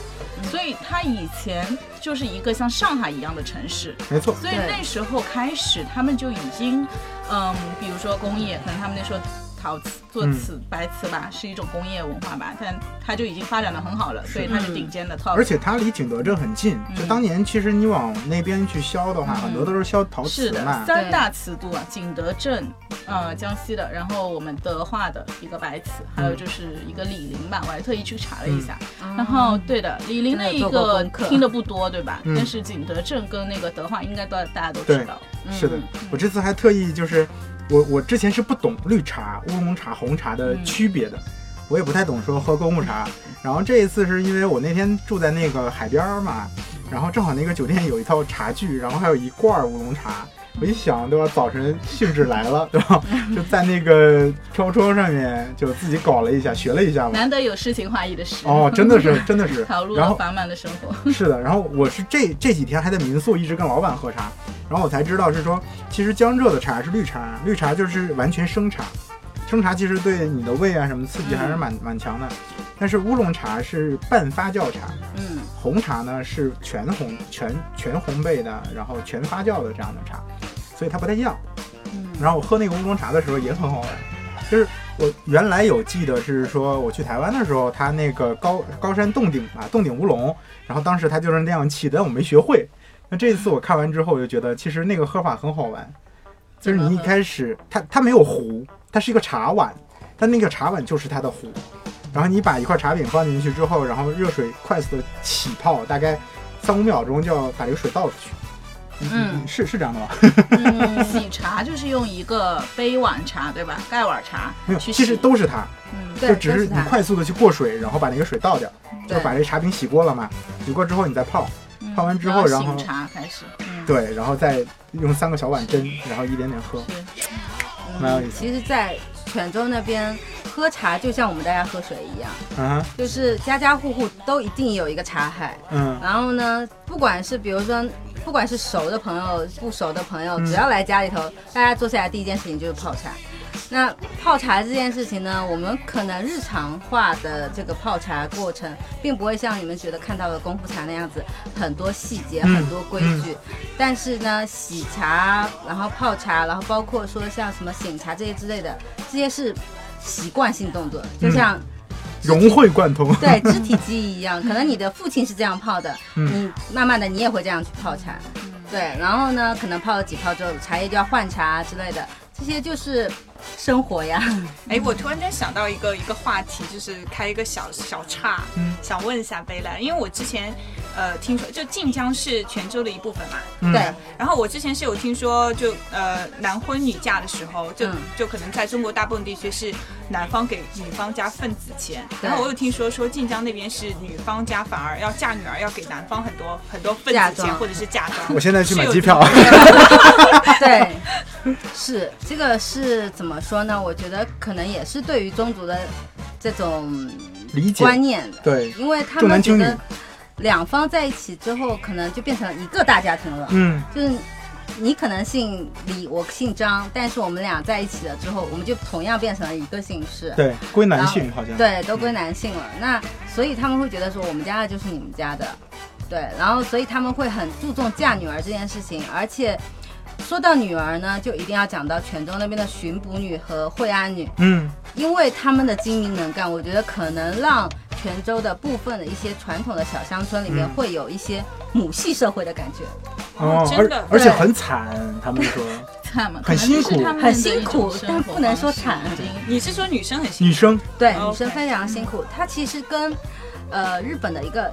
Speaker 2: 所以它以前就是一个像上海一样的城市，
Speaker 1: 没错，
Speaker 2: 所以
Speaker 4: 对
Speaker 2: 那时候开始他们就已经，嗯，比如说工业，可能他们那时候陶瓷做
Speaker 1: 嗯
Speaker 2: 瓷、白瓷吧，是一种工业文化吧，但它就已经发展的很好了，所以它是顶尖的 top，
Speaker 1: 嗯而且它离景德镇很近。
Speaker 2: 嗯
Speaker 1: 就当年其实你往那边去销的话，很多都是销陶
Speaker 2: 是
Speaker 1: 瓷
Speaker 2: 的，
Speaker 1: 嘛。嗯
Speaker 2: 三大瓷都啊，景德镇，呃，江西的，然后我们德化的一个白瓷，还有就是一个李宁吧，我还特意去查了一
Speaker 1: 嗯
Speaker 2: 下。然后对的，李宁那一
Speaker 4: 真的有做过
Speaker 2: 个
Speaker 4: 功课
Speaker 2: 听的不多，对吧？
Speaker 1: 嗯
Speaker 2: 但是景德镇跟那个德化应该都大家都
Speaker 1: 对
Speaker 2: 知道。
Speaker 1: 是
Speaker 2: 嗯
Speaker 1: 的，我这次还特意就是，我我之前是不懂绿茶、乌龙茶、红茶
Speaker 2: 嗯
Speaker 1: 的区别的，我也不太懂说喝购物茶。然后这一次是因为我那天住在那个海边儿嘛，然后正好那个酒店有一套茶具，然后还有一罐儿乌龙茶。我一想，对吧？早晨兴致来了，对
Speaker 2: [LAUGHS]
Speaker 1: 吧？就在那个飘窗上面就自己搞了一下，学了一下嘛。
Speaker 2: 难得有诗情画意的事。。
Speaker 1: 哦，真的是，真的是
Speaker 2: [LAUGHS] 投入
Speaker 1: 然
Speaker 2: 了
Speaker 1: 后
Speaker 2: 繁忙的生活。
Speaker 1: 是的，然后我是这这几天还在民宿一直跟老板喝茶，然后我才知道是说，其实江浙的茶是绿茶，绿茶就是完全生茶，生茶其实对你的胃啊什么刺激还是蛮、蛮强的，但是乌龙茶是半发酵茶，
Speaker 4: 嗯，
Speaker 1: 红茶呢是全红全全烘焙的，然后全发酵的这样的茶，所以它不太一样。
Speaker 4: 嗯
Speaker 1: 然后我喝那个乌龙茶的时候也很好玩，就是我原来有记得是说我去台湾的时候，它那个高高山洞顶啊，洞顶乌龙，然后当时它就是那样起，但我没学会。那这一次我看完之后，我就觉得其实那个喝法很好玩，就是你一开始它它没有壶，它是一个茶碗，但那个茶碗就是它的壶。然后你把一块茶饼放进去之后，然后热水快速的起泡，大概三五秒钟就要把这个水倒出去。你
Speaker 2: 嗯，
Speaker 1: 你是是这样的吗？嗯
Speaker 2: 喜茶就是用一个杯碗茶对吧？盖碗茶
Speaker 1: 没有，
Speaker 2: 去
Speaker 1: 其
Speaker 2: 洗，
Speaker 1: 实都是它，
Speaker 2: 嗯
Speaker 4: 对
Speaker 1: 就只是
Speaker 4: 都
Speaker 1: 你
Speaker 4: 它
Speaker 1: 快速的去过水，然后把那个水倒掉，就
Speaker 4: 对
Speaker 1: 把这茶饼洗过了嘛，洗过之后你再泡，
Speaker 2: 嗯
Speaker 1: 泡完之后然后
Speaker 2: 醒茶开始，嗯，
Speaker 1: 对，然后再用三个小碗蒸，然后一点点喝，
Speaker 2: 是
Speaker 1: 嗯蛮有意思
Speaker 4: 嗯其实，在泉州那边喝茶就像我们大家喝水一样，
Speaker 1: 啊，
Speaker 4: 就是家家户户都一定有一个茶海。
Speaker 1: 嗯，
Speaker 4: 然后呢，不管是比如说，不管是熟的朋友、不熟的朋友，
Speaker 1: 嗯
Speaker 4: 只要来家里头，大家坐下来第一件事情就是泡茶。那泡茶这件事情呢，我们可能日常化的这个泡茶过程，并不会像你们觉得看到的功夫茶那样子，很多细节、
Speaker 1: 嗯
Speaker 4: 很多规矩。但是呢，洗茶，然后泡茶，然后包括说像什么醒茶这些之类的，这些是习惯性动作，就
Speaker 1: 嗯
Speaker 4: 像
Speaker 1: 融会贯通，
Speaker 4: 对，肢体记忆一样，可能你的父亲是这样泡的，
Speaker 1: 嗯
Speaker 4: 你慢慢的你也会这样去泡茶，对，然后呢，可能泡了几泡之后，茶叶就要换茶啊之类的，这些就是生活呀。
Speaker 3: 哎，我突然间想到一个一个话题，就是开一个小小岔，
Speaker 1: 嗯
Speaker 3: 想问一下贝拉，因为我之前呃听说，就晋江是泉州的一部分嘛，
Speaker 1: 嗯
Speaker 4: 对，
Speaker 3: 然后我之前是有听说就，呃男婚女嫁的时候，就、
Speaker 4: 嗯
Speaker 3: 就可能在中国大部分地区是男方给女方家份子钱，
Speaker 4: 对
Speaker 3: 然后我有听说说晋江那边是女方家反而要嫁女儿要给男方很多很多份
Speaker 4: 嫁
Speaker 3: 子钱
Speaker 4: 妆
Speaker 3: 或者是嫁妆。
Speaker 1: 我现在去买
Speaker 3: 是有
Speaker 1: 机
Speaker 3: 这
Speaker 1: 票
Speaker 3: 种，
Speaker 4: 对，是这个是怎么说呢？我觉得可能也是对于宗族的这种
Speaker 1: 理解，
Speaker 4: 观念，
Speaker 1: 对，
Speaker 4: 因为他
Speaker 1: 重男
Speaker 4: 们觉
Speaker 1: 轻女
Speaker 4: 得两方在一起之后，可能就变成了一个大家庭了。
Speaker 1: 嗯，
Speaker 4: 就是你可能姓李，我姓张，但是我们俩在一起了之后，我们就同样变成了一个姓氏，
Speaker 1: 对，归男
Speaker 4: 然后
Speaker 1: 性好像，
Speaker 4: 对，都归男性了。那所以他们会觉得说，我们家的就是你们家的，对，然后所以他们会很注重嫁女儿这件事情，而且。说到女儿呢，就一定要讲到泉州那边的巡捕女和惠安女，
Speaker 1: 嗯，
Speaker 4: 因为他们的精明能干，我觉得可能让泉州的部分的一些传统的小乡村里面
Speaker 1: 嗯
Speaker 4: 会有一些母系社会的感觉。
Speaker 1: 哦，
Speaker 3: 真的
Speaker 1: 而而且
Speaker 4: 对
Speaker 1: 很惨，他们
Speaker 4: [LAUGHS]
Speaker 1: 说
Speaker 2: 看嘛，
Speaker 1: 很
Speaker 2: 可能
Speaker 1: 辛苦
Speaker 2: 这是他们的
Speaker 4: 很
Speaker 2: 一种
Speaker 4: 辛苦
Speaker 2: 生
Speaker 4: 但
Speaker 2: 活
Speaker 4: 不能
Speaker 2: 方
Speaker 4: 说嗯
Speaker 2: 式
Speaker 4: 惨
Speaker 2: 已经
Speaker 3: 你是说女生很辛
Speaker 1: 女
Speaker 3: 苦？
Speaker 1: 生，
Speaker 4: 对，
Speaker 3: OK
Speaker 4: 女生非常辛苦。她其实跟呃日本的一个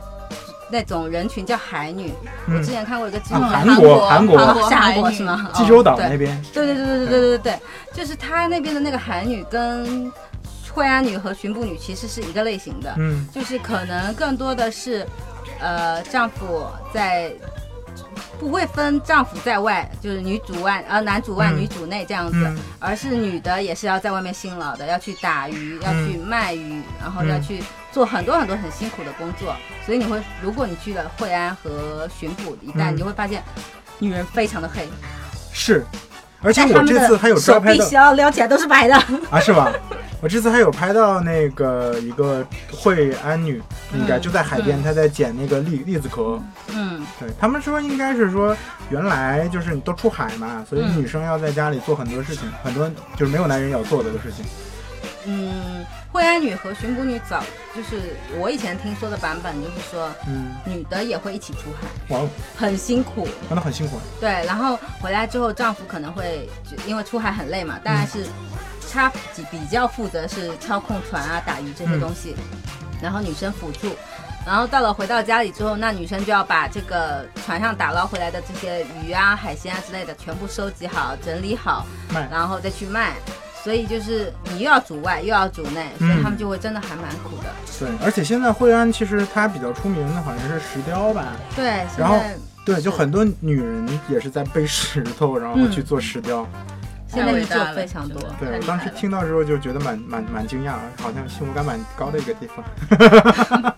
Speaker 4: 那种人群叫海女，我
Speaker 1: 嗯
Speaker 4: 之，前看过一个纪录
Speaker 1: 啊，
Speaker 4: 片，
Speaker 1: 韩国
Speaker 2: 哦韩
Speaker 1: 韩
Speaker 2: 国
Speaker 1: 国
Speaker 2: 国
Speaker 4: 是韩
Speaker 2: 海
Speaker 4: 国
Speaker 2: 女
Speaker 4: 是吗？
Speaker 1: 济州
Speaker 4: 哦
Speaker 1: 岛
Speaker 4: 对
Speaker 1: 那边，
Speaker 4: 对对对对对对对对，就是她那边的那个海女跟惠安女和巡捕女其实是一个类型的，
Speaker 1: 嗯
Speaker 4: 就是可能更多的是呃丈夫在。不会分丈夫在外，就是女主外，呃男主外、
Speaker 1: 嗯
Speaker 4: 女主内这样子。
Speaker 1: 嗯
Speaker 4: 而是女的也是要在外面辛劳的，要去打
Speaker 1: 嗯
Speaker 4: 鱼，要去卖鱼，然后要去做很多很多很辛苦的工作。所以你会，如果你去了惠安和巡捕一带，
Speaker 1: 嗯
Speaker 4: 你就会发现女人非常的黑，
Speaker 1: 是，而且
Speaker 4: 但
Speaker 1: 我
Speaker 4: 她们
Speaker 1: 这次还有
Speaker 4: 的
Speaker 1: 抓
Speaker 4: 手
Speaker 1: 拍
Speaker 4: 臂、
Speaker 1: 到。
Speaker 4: 小撩起来都是白的。
Speaker 1: 啊，是吧？ [LAUGHS] 我这次还有拍到那个一个惠安女，应该
Speaker 4: 嗯
Speaker 1: 就在海边，她在捡那个栗栗子壳。
Speaker 4: 嗯，
Speaker 1: 对他们说，应该是说原来就是你都出海嘛，所以
Speaker 4: 嗯
Speaker 1: 女生要在家里做很多事情，很多就是没有男人要做的事情。
Speaker 4: 嗯，惠安女和巡捕女早就是我以前听说的版本，就是说
Speaker 1: 嗯，
Speaker 4: 女的也会一起出海，
Speaker 1: 哇哦，
Speaker 4: 很辛苦。
Speaker 1: 真的很辛苦。啊
Speaker 4: 对，然后回来之后，丈夫可能会就因为出海很累嘛，当然是他比比较负责是操控船啊、打鱼这些东西，然后女生辅助。然后到了回到家里之后，那女生就要把这个船上打捞回来的这些鱼啊、海鲜啊之类的全部收集好、整理好，
Speaker 1: 卖
Speaker 4: 然后再去卖。所以就是你又要主外又要主内，所以他们就会真的还蛮苦的。
Speaker 1: 对，而且现在惠安其实它比较出名的好像是石雕吧。
Speaker 4: 对，现
Speaker 1: 然后
Speaker 4: 在
Speaker 1: 对，就很多女人也是在背石头，然后去做石雕。
Speaker 4: 现
Speaker 2: 太
Speaker 4: 在
Speaker 2: 伟
Speaker 4: 就
Speaker 2: 大了
Speaker 4: 非常多
Speaker 2: 真的。
Speaker 1: 嗯对
Speaker 2: 太
Speaker 1: 我
Speaker 2: 厉
Speaker 1: 当
Speaker 2: 害
Speaker 1: 时
Speaker 2: 了
Speaker 1: 听到之后就觉得蛮蛮蛮惊讶，好像幸福感蛮高的一个地方。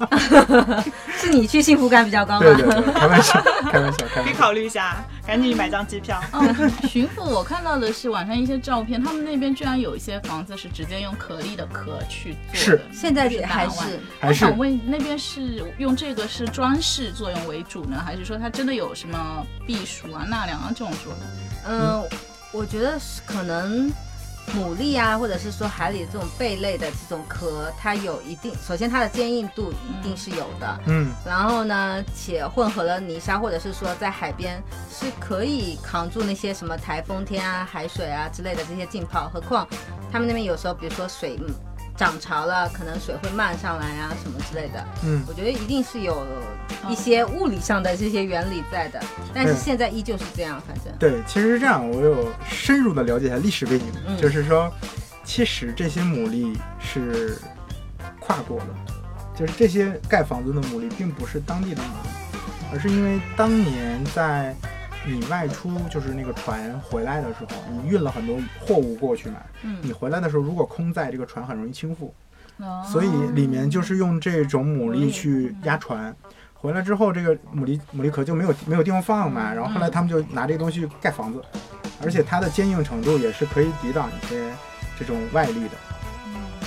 Speaker 4: 是你去幸福感比较
Speaker 2: 啊
Speaker 4: 高吗？
Speaker 1: 对对对，开玩笑，开玩笑，开
Speaker 3: 可以
Speaker 1: 玩笑。
Speaker 3: 考虑一下，赶紧买张机票。
Speaker 2: 哦，巡抚我看到的是网上一些照片，他们那边居然有一些房子是直接用颗粒的壳去做的
Speaker 1: 是。
Speaker 4: 现在
Speaker 2: 是
Speaker 4: 也还
Speaker 2: 大碗
Speaker 4: 是
Speaker 1: 还是
Speaker 2: 我想问那边是用这个是装饰作用为主呢，还是说它真的有什么避暑啊、纳凉啊这种说法？
Speaker 4: 嗯，我觉得是可能牡蛎啊，或者是说海里这种贝类的这种壳，它有一定，首先它的坚硬度一定是有的，
Speaker 1: 嗯，
Speaker 4: 然后呢，且混合了泥沙，或者是说在海边是可以扛住那些什么台风天啊、海水啊之类的这些浸泡。何况他们那边有时候，比如说水嗯涨潮了，可能水会漫上来啊什么之类的。
Speaker 1: 嗯，
Speaker 4: 我觉得一定是有一些物理上的这些原理在的，但是
Speaker 1: 对
Speaker 4: 现在依旧是这样，反正
Speaker 1: 对，其实是这样，我有深入的了解一下历史背景，
Speaker 4: 嗯
Speaker 1: 就是说，其实这些牡蛎是跨国的，就是这些盖房子的牡蛎并不是当地的牡蛎，而是因为当年在你外出就是那个船回来的时候，你运了很多货物过去嘛，
Speaker 2: 嗯，
Speaker 1: 你回来的时候如果空载，这个船很容易倾覆，
Speaker 2: 哦
Speaker 1: 所以里面就是用这种牡蛎去压船。回来之后，这个牡蛎牡蛎壳就没有没有地方放嘛，然后
Speaker 2: 嗯
Speaker 1: 后来他们就拿这个东西盖房子，而且它的坚硬程度也是可以抵挡一些这种外力的。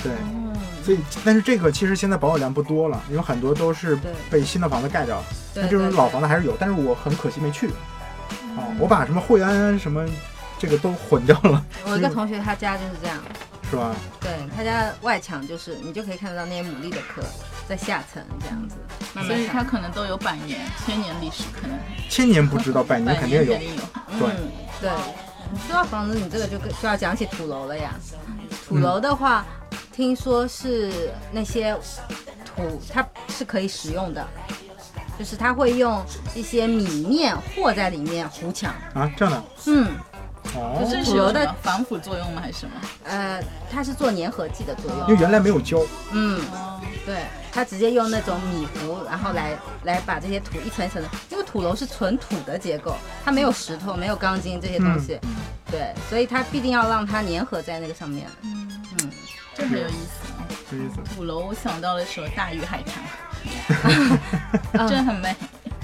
Speaker 1: 对，
Speaker 2: 嗯
Speaker 1: 所以但是这个其实现在保有量不多了，因为很多都是
Speaker 4: 对
Speaker 1: 被新的房子盖掉，
Speaker 4: 对
Speaker 1: 那这
Speaker 4: 对
Speaker 1: 种老
Speaker 4: 对
Speaker 1: 房子还是有，但是我很可惜没去
Speaker 2: 嗯
Speaker 1: 啊，我把什么惠安什么这个都混掉了，
Speaker 4: 我一个同学他家就是这样，
Speaker 1: 是吧？
Speaker 4: 对他家外墙就是你就可以看得到那些牡蛎的壳在下层这样子，慢
Speaker 2: 所
Speaker 4: 慢
Speaker 2: 以它
Speaker 4: 上。
Speaker 2: 可能都有百年、千年历史，可能
Speaker 1: 千年不知
Speaker 2: [LAUGHS]
Speaker 1: 道，百年
Speaker 2: 百
Speaker 1: 肯定
Speaker 2: 年
Speaker 1: 有
Speaker 2: 肯。定有。
Speaker 1: 对
Speaker 4: 嗯，对。你说到房子，你这个就跟就要讲起土楼了呀。土楼的话，听说是那些土它是可以食用的，就是它会用一些米面和在里面糊墙。
Speaker 1: 啊，这样的
Speaker 4: 嗯，
Speaker 1: 哦，
Speaker 2: 这是有什么防腐作用吗？还是什么？
Speaker 4: 呃，它是做粘合剂的作用。
Speaker 1: 因为原来没有胶，
Speaker 4: 嗯，
Speaker 2: 哦，
Speaker 4: 对，它直接用那种米糊，然后来来把这些土一层一层的，因为土楼是纯土的结构，它没有石头，没有钢筋这些东西，
Speaker 1: 嗯
Speaker 4: 对，所以它必定要让它粘合在那个上面。嗯，
Speaker 2: 这很有意思。
Speaker 1: 有意思
Speaker 2: 鼓楼，我想到的时候，大鱼海 [LAUGHS] 棠，
Speaker 4: 嗯
Speaker 2: 真的很美。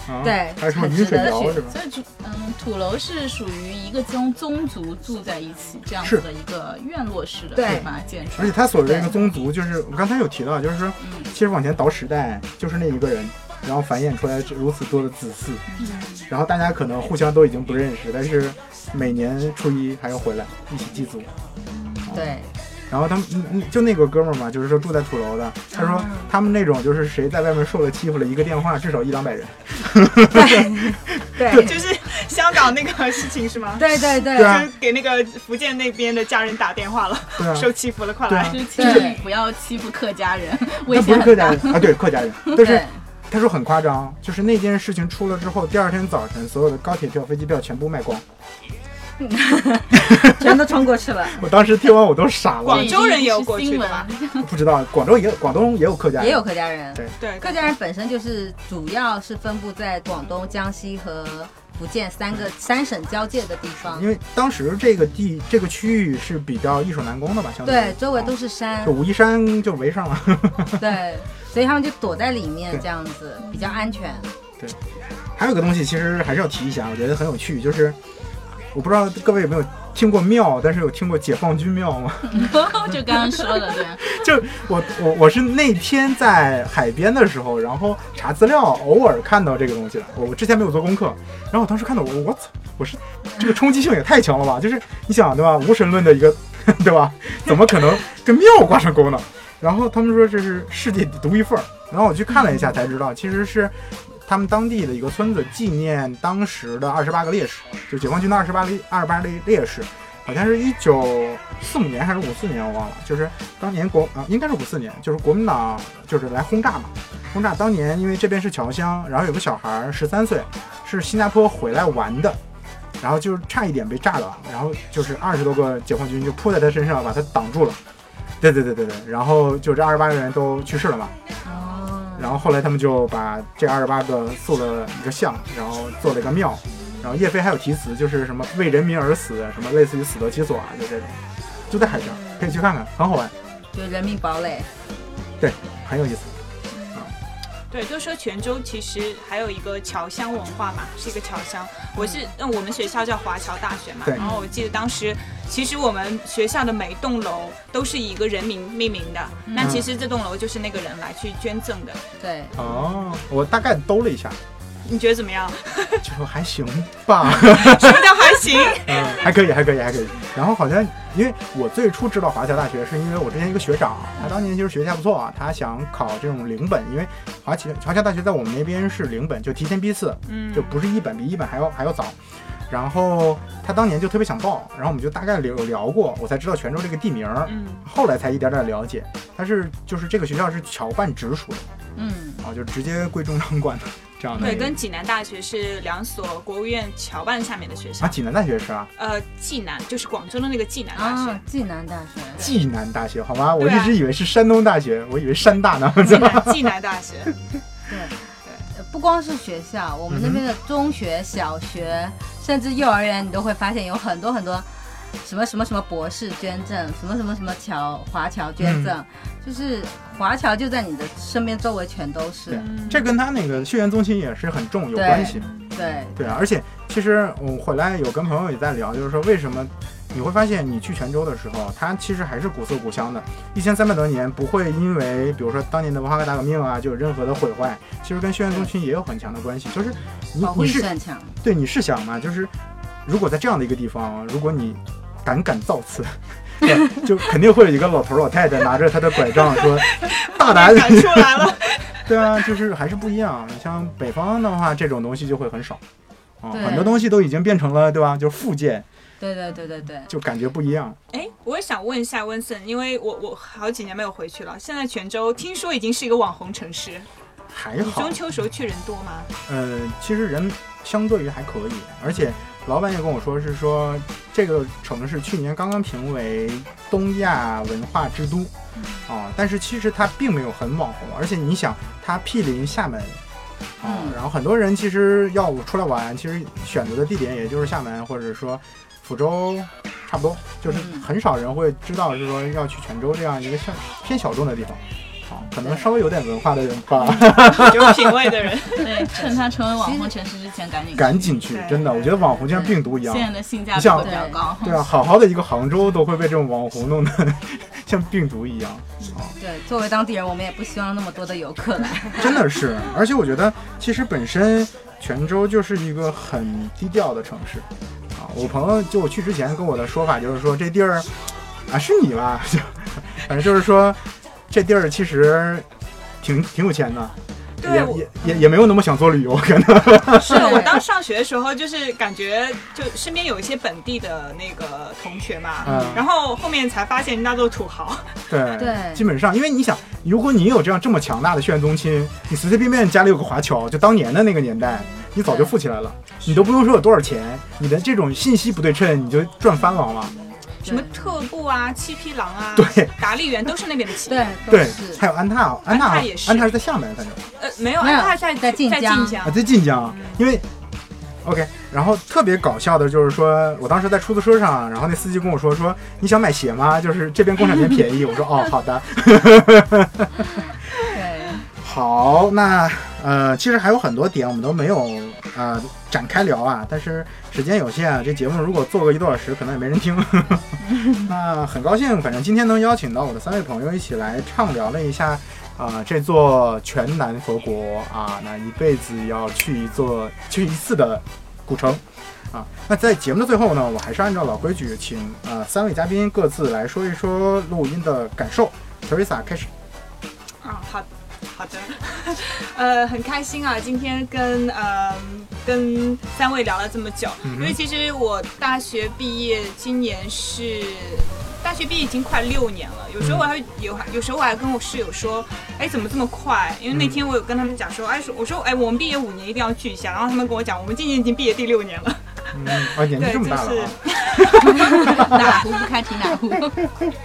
Speaker 1: 啊，
Speaker 4: 对
Speaker 1: 还有什么
Speaker 4: 很
Speaker 1: 雨
Speaker 4: 值
Speaker 1: 水
Speaker 4: 得
Speaker 1: 谣
Speaker 4: 去
Speaker 1: 是吧？
Speaker 2: 所以主嗯，土楼是属于一个宗宗族住在一起这样子
Speaker 1: 是
Speaker 2: 的一个院落式的
Speaker 4: 对
Speaker 2: 开发建筑
Speaker 1: 而。且他所谓的一个
Speaker 4: 对嗯
Speaker 1: 宗族，就是我刚才有提到，就是说，其实往前倒时代，就是那一个人，然后繁衍出来如此多的子嗣，
Speaker 4: 嗯
Speaker 1: 然后大家可能互相都已经不认识，但是每年初一还要回来一起祭祖。嗯
Speaker 4: 对，
Speaker 1: 然后他们嗯嗯就那个哥们儿嘛，就是说住在土楼的，他说
Speaker 4: 嗯
Speaker 1: 他们那种就是谁在外面受了欺负了，一个电话至少一两百人。
Speaker 4: 对，
Speaker 3: 就是香港那个事情是吗？
Speaker 4: 对对对
Speaker 1: 对啊
Speaker 3: 就是给那个福建那边的家人打电话了，
Speaker 1: 对啊，
Speaker 3: 受欺负了，快
Speaker 1: 对
Speaker 3: 来
Speaker 1: 啊！
Speaker 2: 就是请
Speaker 4: 对
Speaker 2: 你不要欺负客家
Speaker 3: [LAUGHS]
Speaker 2: 人，危
Speaker 1: 他不
Speaker 2: 险
Speaker 1: 是
Speaker 2: 很
Speaker 1: 客
Speaker 2: 大
Speaker 1: 家。人啊，对客家人，但是
Speaker 4: 对
Speaker 1: 他说很夸张，就是那件事情出了之后，第二天早晨所有的高铁票、飞机票全部卖光。
Speaker 4: 全都冲过去了，
Speaker 1: 我当时听完我都傻了
Speaker 3: 广，州人也有过去的吧
Speaker 2: 这已经是新闻？
Speaker 1: 不知道广州也有广东也有客家人，
Speaker 4: 也有客家人
Speaker 1: [LAUGHS] 对，
Speaker 3: 对，
Speaker 4: 客家人本身就是主要是分布在广东、江西和福建三个三省交界的地方
Speaker 1: 因，为当时这个地这个区域是比较易守难攻的吧，相于
Speaker 4: 对，周围都是山
Speaker 1: 就，武夷山就围上了。
Speaker 4: 对，所以他们就躲在里面
Speaker 1: 嗯对
Speaker 4: 这样子比较安全。
Speaker 1: 还有一个东西其实还是要提一下，我觉得很有趣，就是我不知道各位有没有听过庙，但是有听过解放军庙吗？
Speaker 2: [LAUGHS] 就刚刚说的，对，
Speaker 1: 就我我我是那天在海边的时候，然后查资料，偶尔看到这个东西了。我我之前没有做功课，然后我当时看到我我操，我是这个冲击性也太强了吧！就是你想对吧，无神论的一个 [LAUGHS] 对吧，怎么可能跟庙挂上钩呢？然后他们说这是世界独一份儿，然后我去看了一下才知道，其实是。他们当地的一个村子纪念当时的二十八个烈士，就解放军的二十八烈二十八烈烈士，好像是一九四五年还是五四年，我忘了，就是当年国啊、应该是五四年，就是国民党就是来轰炸嘛，轰炸当年因为这边是侨乡，然后有个小孩十三岁，是新加坡回来玩的，然后就差一点被炸了，然后就是二十多个解放军就扑在他身上把他挡住了，对对对对对，然后就这二十八个人都去世了嘛，
Speaker 4: 哦，
Speaker 1: 然后后来他们就把这二十八个塑了一个像，然后做了一个庙，然后叶飞还有题词，就是什么为人民而死，什么类似于死得其所啊，就这种，就在海边，可以去看看，很好玩，
Speaker 4: 就人民堡垒，
Speaker 1: 很有意思。
Speaker 3: 对，就说泉州其实还有一个侨乡文化嘛，是一个侨乡。我是，嗯，我们学校叫华侨大学嘛。
Speaker 1: 对
Speaker 3: 然后我记得当时，其实我们学校的每栋楼都是以一个人名命名的。
Speaker 1: 嗯
Speaker 3: 那其实这栋楼就是那个人来去捐赠的。
Speaker 4: 对，
Speaker 1: 哦，我大概兜了一 [LAUGHS] 下，
Speaker 3: 你觉得怎么样？
Speaker 1: 就说还行吧，
Speaker 3: 什么叫还行？
Speaker 1: 嗯，还可以，还可以，还可以。然后好像因为我最初知道华侨大学，是因为我之前一个学长，他当年就是学习还不错啊，他想考这种零本，因为华 [LAUGHS] 侨华侨大学在我们那边是零本，就提前批次，
Speaker 3: 嗯
Speaker 1: 就不是一本，比一本还要还要早。然后他当年就特别想报，然后我们就大概有聊过，我才知道泉州这个地名儿，
Speaker 3: 嗯，
Speaker 1: 后来才一点点了解。但是就是这个学校是侨办直属的
Speaker 2: 嗯，
Speaker 1: 啊，就直接归中央管的这样的一
Speaker 3: 对，
Speaker 1: 个。
Speaker 3: 跟济南大学是两所国务院侨办下面的学校
Speaker 1: 啊，。济南大学是啊，
Speaker 3: 呃，济南就是广州的那个济南大学
Speaker 4: 啊，，暨南大学。
Speaker 1: 济南大学好吗？我
Speaker 3: 对
Speaker 1: 一
Speaker 3: 啊
Speaker 1: 直以为是山东大学，我以为山大
Speaker 3: [LAUGHS]
Speaker 1: 呢。
Speaker 3: [LAUGHS] 济南济南大学。
Speaker 4: 呃不光是学校，我们那边的中学、小学，甚至幼儿园，你都会发现有很多很多什么什么什么博士捐赠，什么什么什么侨华侨捐赠，就是华侨就在你的身边周围全都是。
Speaker 1: [LAUGHS]
Speaker 3: 嗯 [LAUGHS]
Speaker 1: 这跟他那个血缘宗亲也是很重有
Speaker 4: 对
Speaker 1: 关系。
Speaker 4: 对，
Speaker 1: 对啊，而且其实我回来有跟朋友也在聊，就是说为什么你会发现你去泉州的时候，它其实还是古色古香的，一千三百多年不会因为比如说当年的文化大革命啊，就有任何的毁坏。其实跟血缘宗亲也有很强的关系，就是你
Speaker 4: 保护
Speaker 1: 你
Speaker 4: 意
Speaker 1: 是
Speaker 4: 识很强。
Speaker 1: 对你是想嘛，就是如果在这样的一个地方，如果你胆敢造次。对就肯定会有一个老头儿老太太拿着他的拐杖说：“大胆
Speaker 3: 赶出来了，
Speaker 1: 对啊，就是还是不一样。你像北方的话，这种东西就会很少，啊，
Speaker 4: 对
Speaker 1: 很多东西都已经变成了，对吧？就是附件，
Speaker 4: 对对对对对，
Speaker 1: 就感觉不一样。
Speaker 3: 哎，我也想问一下温森，因为我我好几年没有回去了，现在泉州听说已经是一个网红城市，
Speaker 1: 还
Speaker 3: 你
Speaker 1: 好
Speaker 3: 中，秋时候去人多
Speaker 1: [LAUGHS]
Speaker 3: 吗？
Speaker 1: 呃，其实人相对于还可以，而且老板也跟我说是说这个城市去年刚刚评为东亚文化之都，
Speaker 4: 嗯
Speaker 1: 啊，但是其实它并没有很网红，而且你想，它毗邻厦门。啊，
Speaker 4: 嗯
Speaker 1: 然后很多人其实要出来玩，其实选择的地点也就是厦门或者说福州，差不多，就是
Speaker 4: 嗯
Speaker 1: 很少人会知道是说要去泉州这样一个像偏小众的地方。啊，可能
Speaker 4: 对
Speaker 1: 稍微有点文化的人吧，
Speaker 3: 有品位的人，
Speaker 2: 对，趁它成为网红城市之前赶紧去。
Speaker 1: 赶紧去，真的，我觉得网红就像病毒一样
Speaker 2: 现，在的性价
Speaker 1: 你
Speaker 2: 比
Speaker 1: 像
Speaker 2: 会比较高。 [LAUGHS]
Speaker 1: 对啊，好好的一个杭州都会被这种网红弄得 [LAUGHS] 像病毒一样，
Speaker 4: 对，作为当地人，我们也不希望那么多的游客来。
Speaker 1: 真的是。而且我觉得，其实本身泉州就是一个很低调的城市啊。我朋友就我去之前跟我的说法就是说，这地儿啊是你吧， [LAUGHS] 就反正就是说这地儿其实挺挺有钱的，
Speaker 3: 对
Speaker 1: [LAUGHS] 也
Speaker 3: 我
Speaker 1: 也也也没有那么想做旅游，可能
Speaker 3: 是我当上学的时候，就是感觉就身边有一些本地的那个同学嘛，
Speaker 1: 嗯
Speaker 3: 然后后面才发现人家都是土豪，
Speaker 1: 对，
Speaker 4: 对
Speaker 1: 基本上，因为你想，如果你有这样这么强大的血缘宗亲，你随随便便家里有个华侨，就当年的那个年代，你早就富起来了，你都不用说有多少钱，你的这种信息不对称，你就赚翻了好吗？
Speaker 3: 什么特步啊、七匹狼啊、
Speaker 1: 对
Speaker 3: 达利园都是那边的企业
Speaker 4: 对。都
Speaker 1: 对
Speaker 4: 是，
Speaker 1: 还有安踏，安踏，
Speaker 3: 安踏
Speaker 1: 安
Speaker 3: 也是
Speaker 1: 踏是在厦门，反正
Speaker 3: 呃，没有，
Speaker 4: 没有
Speaker 3: 他还在
Speaker 4: 在晋
Speaker 3: 在
Speaker 4: 江
Speaker 3: 晋江
Speaker 1: 啊，，在晋江，因为。OK，然后特别搞笑的就是说，我当时在出租车上，然后那司机跟我说说你想买鞋吗？就是这边工厂店便宜。我说哦，好的。
Speaker 4: 对，
Speaker 1: 好，那呃，其实还有很多点我们都没有呃展开聊啊，但是时间有限啊，这节目如果做个一个多小时，可能也没人听。那很高兴，反正今天能邀请到我的三位朋友一起来畅聊了一下啊、这座全南佛国啊，那一辈子要去一座去一次的古城。啊，那在节目的最后呢，我还是按照老规矩，请呃三位嘉宾各自来说一说录音的感受。Teresa 开始，呃
Speaker 3: 啊，好好的， [LAUGHS] 呃，很开心啊，今天跟呃跟三位聊了这么久，
Speaker 1: 嗯哼
Speaker 3: 因为其实我大学毕业，今年是大学毕业已经快六年了，有时候
Speaker 1: 嗯
Speaker 3: 我还会有有时候我还跟我室友说，哎，怎么这么快？因为那天我有跟他们讲说，哎，说我说哎，我们毕业五年一定要聚一下，然后他们跟我讲，我们今年已经毕业第六年了。
Speaker 1: 嗯，啊，年纪
Speaker 3: 对
Speaker 1: 这么大
Speaker 3: 就是
Speaker 1: 了啊。
Speaker 2: 哪壶不开提哪壶。
Speaker 3: [LAUGHS]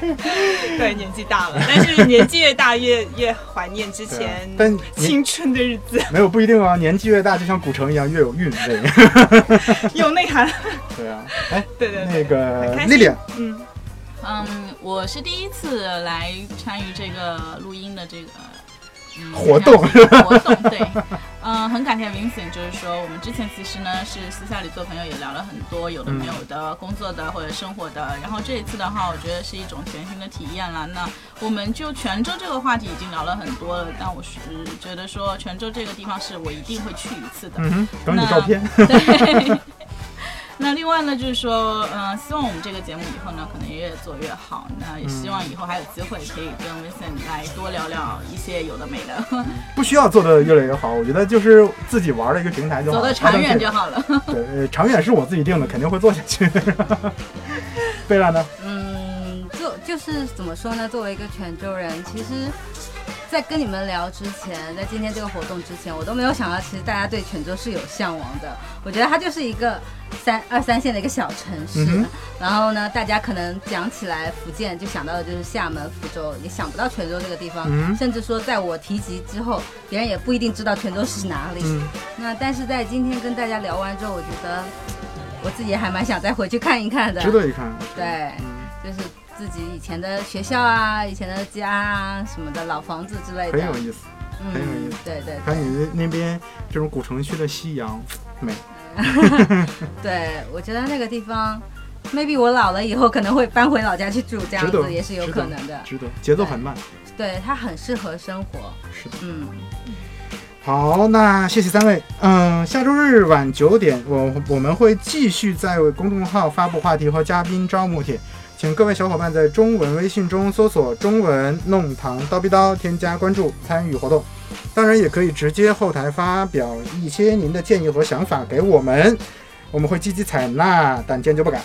Speaker 3: 对，年纪大了，但是年纪越大越越怀念之
Speaker 1: 对啊
Speaker 3: 前
Speaker 1: 但你
Speaker 3: 青春的日子， [LAUGHS]
Speaker 1: 没有不一定啊，年纪越大，就像古城一样越有韵 [LAUGHS] 味。
Speaker 3: 有内涵。 [LAUGHS]
Speaker 1: 对啊，哎，
Speaker 3: 对对
Speaker 1: 那
Speaker 3: 对，
Speaker 1: 个
Speaker 3: 很开心
Speaker 1: 丽丽，
Speaker 3: 嗯，
Speaker 2: [LAUGHS] 嗯，我是第一次来参与这个录音的这个、嗯、
Speaker 1: 活动
Speaker 2: 这样的活动对， [LAUGHS] 嗯，很感谢 Vincent，就是说我们之前其实呢是私下里做朋友也聊了很多有的没有的、工作的或者生活的，然后这一次的话，我觉得是一种全新的体验了。那我们就泉州这个话题已经聊了很多了，但我是觉得说泉州这个地方是我一定会去一次的。
Speaker 1: 嗯哼，等你照片。
Speaker 2: 对，那另外呢，就是说，嗯、希望我们这个节目以后呢，可能越做越好。那也希
Speaker 1: 嗯
Speaker 2: 望以后还有机会可以跟 Vincent 来多聊聊一些有的没的，
Speaker 1: 不需要做的越来越好，我觉得就是自己玩的一个平台就好
Speaker 2: 走
Speaker 1: 了。
Speaker 2: 得长远就好了。
Speaker 1: 对，呃长远是我自己定的，肯定会做下去。 [LAUGHS] 贝拉呢？
Speaker 4: 嗯，就就是怎么说呢？作为一个泉州人，其实，在跟你们聊之前，在今天这个活动之前，我都没有想到，其实大家对泉州是有向往的。我觉得它就是一个三二三线的一个小城市。
Speaker 1: 嗯哼
Speaker 4: 然后呢，大家可能讲起来福建，就想到的就是厦门、福州，也想不到泉州这个地方。
Speaker 1: 嗯
Speaker 4: 甚至说，在我提及之后，别人也不一定知道泉州是哪里。
Speaker 1: 嗯，
Speaker 4: 那但是在今天跟大家聊完之后，我觉得我自己还蛮想再回去看一看的。
Speaker 1: 值得一看。
Speaker 4: 对。
Speaker 1: 嗯，
Speaker 4: 就是自己以前的学校啊、以前的家啊什么的老房子之类的，
Speaker 1: 很有意思。
Speaker 4: 嗯，
Speaker 1: 很有意思
Speaker 4: 对对
Speaker 1: 看你那边这种古城区的夕阳，美。
Speaker 4: 对，我觉得那个地方，maybe 我老了以后可能会搬回老家去住，这样
Speaker 1: 值得
Speaker 4: 子也是有可能的。
Speaker 1: 值得，节奏很慢。
Speaker 4: 对，它很适合生活。
Speaker 1: 是的。
Speaker 4: 嗯，
Speaker 1: 好，那谢谢三位。嗯，下周日晚九点，我我们会继续在公众号发布话题和嘉宾招募帖，请各位小伙伴在中文微信中搜索“中文弄堂叨逼叨”，添加关注，参与活动。当然，也可以直接后台发表一些您的建议和想法给我们，我们会积极采纳，但坚决不改。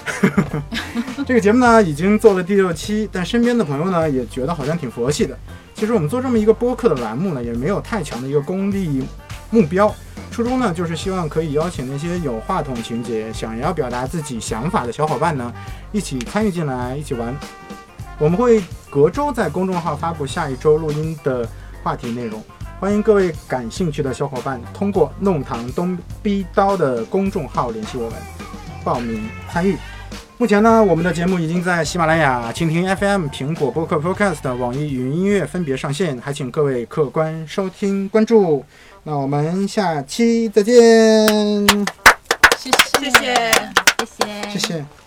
Speaker 1: [LAUGHS] 这个节目呢，已经做了第六期，但身边的朋友呢，也觉得好像挺佛系的。其实我们做这么一个播客的栏目呢，也没有太强的一个功利目标。初衷呢，就是希望可以邀请那些有话筒情节、想要表达自己想法的小伙伴呢，一起参与进来，一起玩。我们会隔周在公众号发布下一周录音的话题内容，欢迎各位感兴趣的小伙伴通过“弄堂东逼刀”的公众号联系我们，报名参与。目前呢，我们的节目已经在喜马拉雅、蜻蜓 FM、苹果播客 Podcast、网易云音乐分别上线，还请各位客官收听关注。那我们下期再见，
Speaker 2: 谢谢
Speaker 3: 谢谢
Speaker 4: 谢谢，
Speaker 1: 谢谢。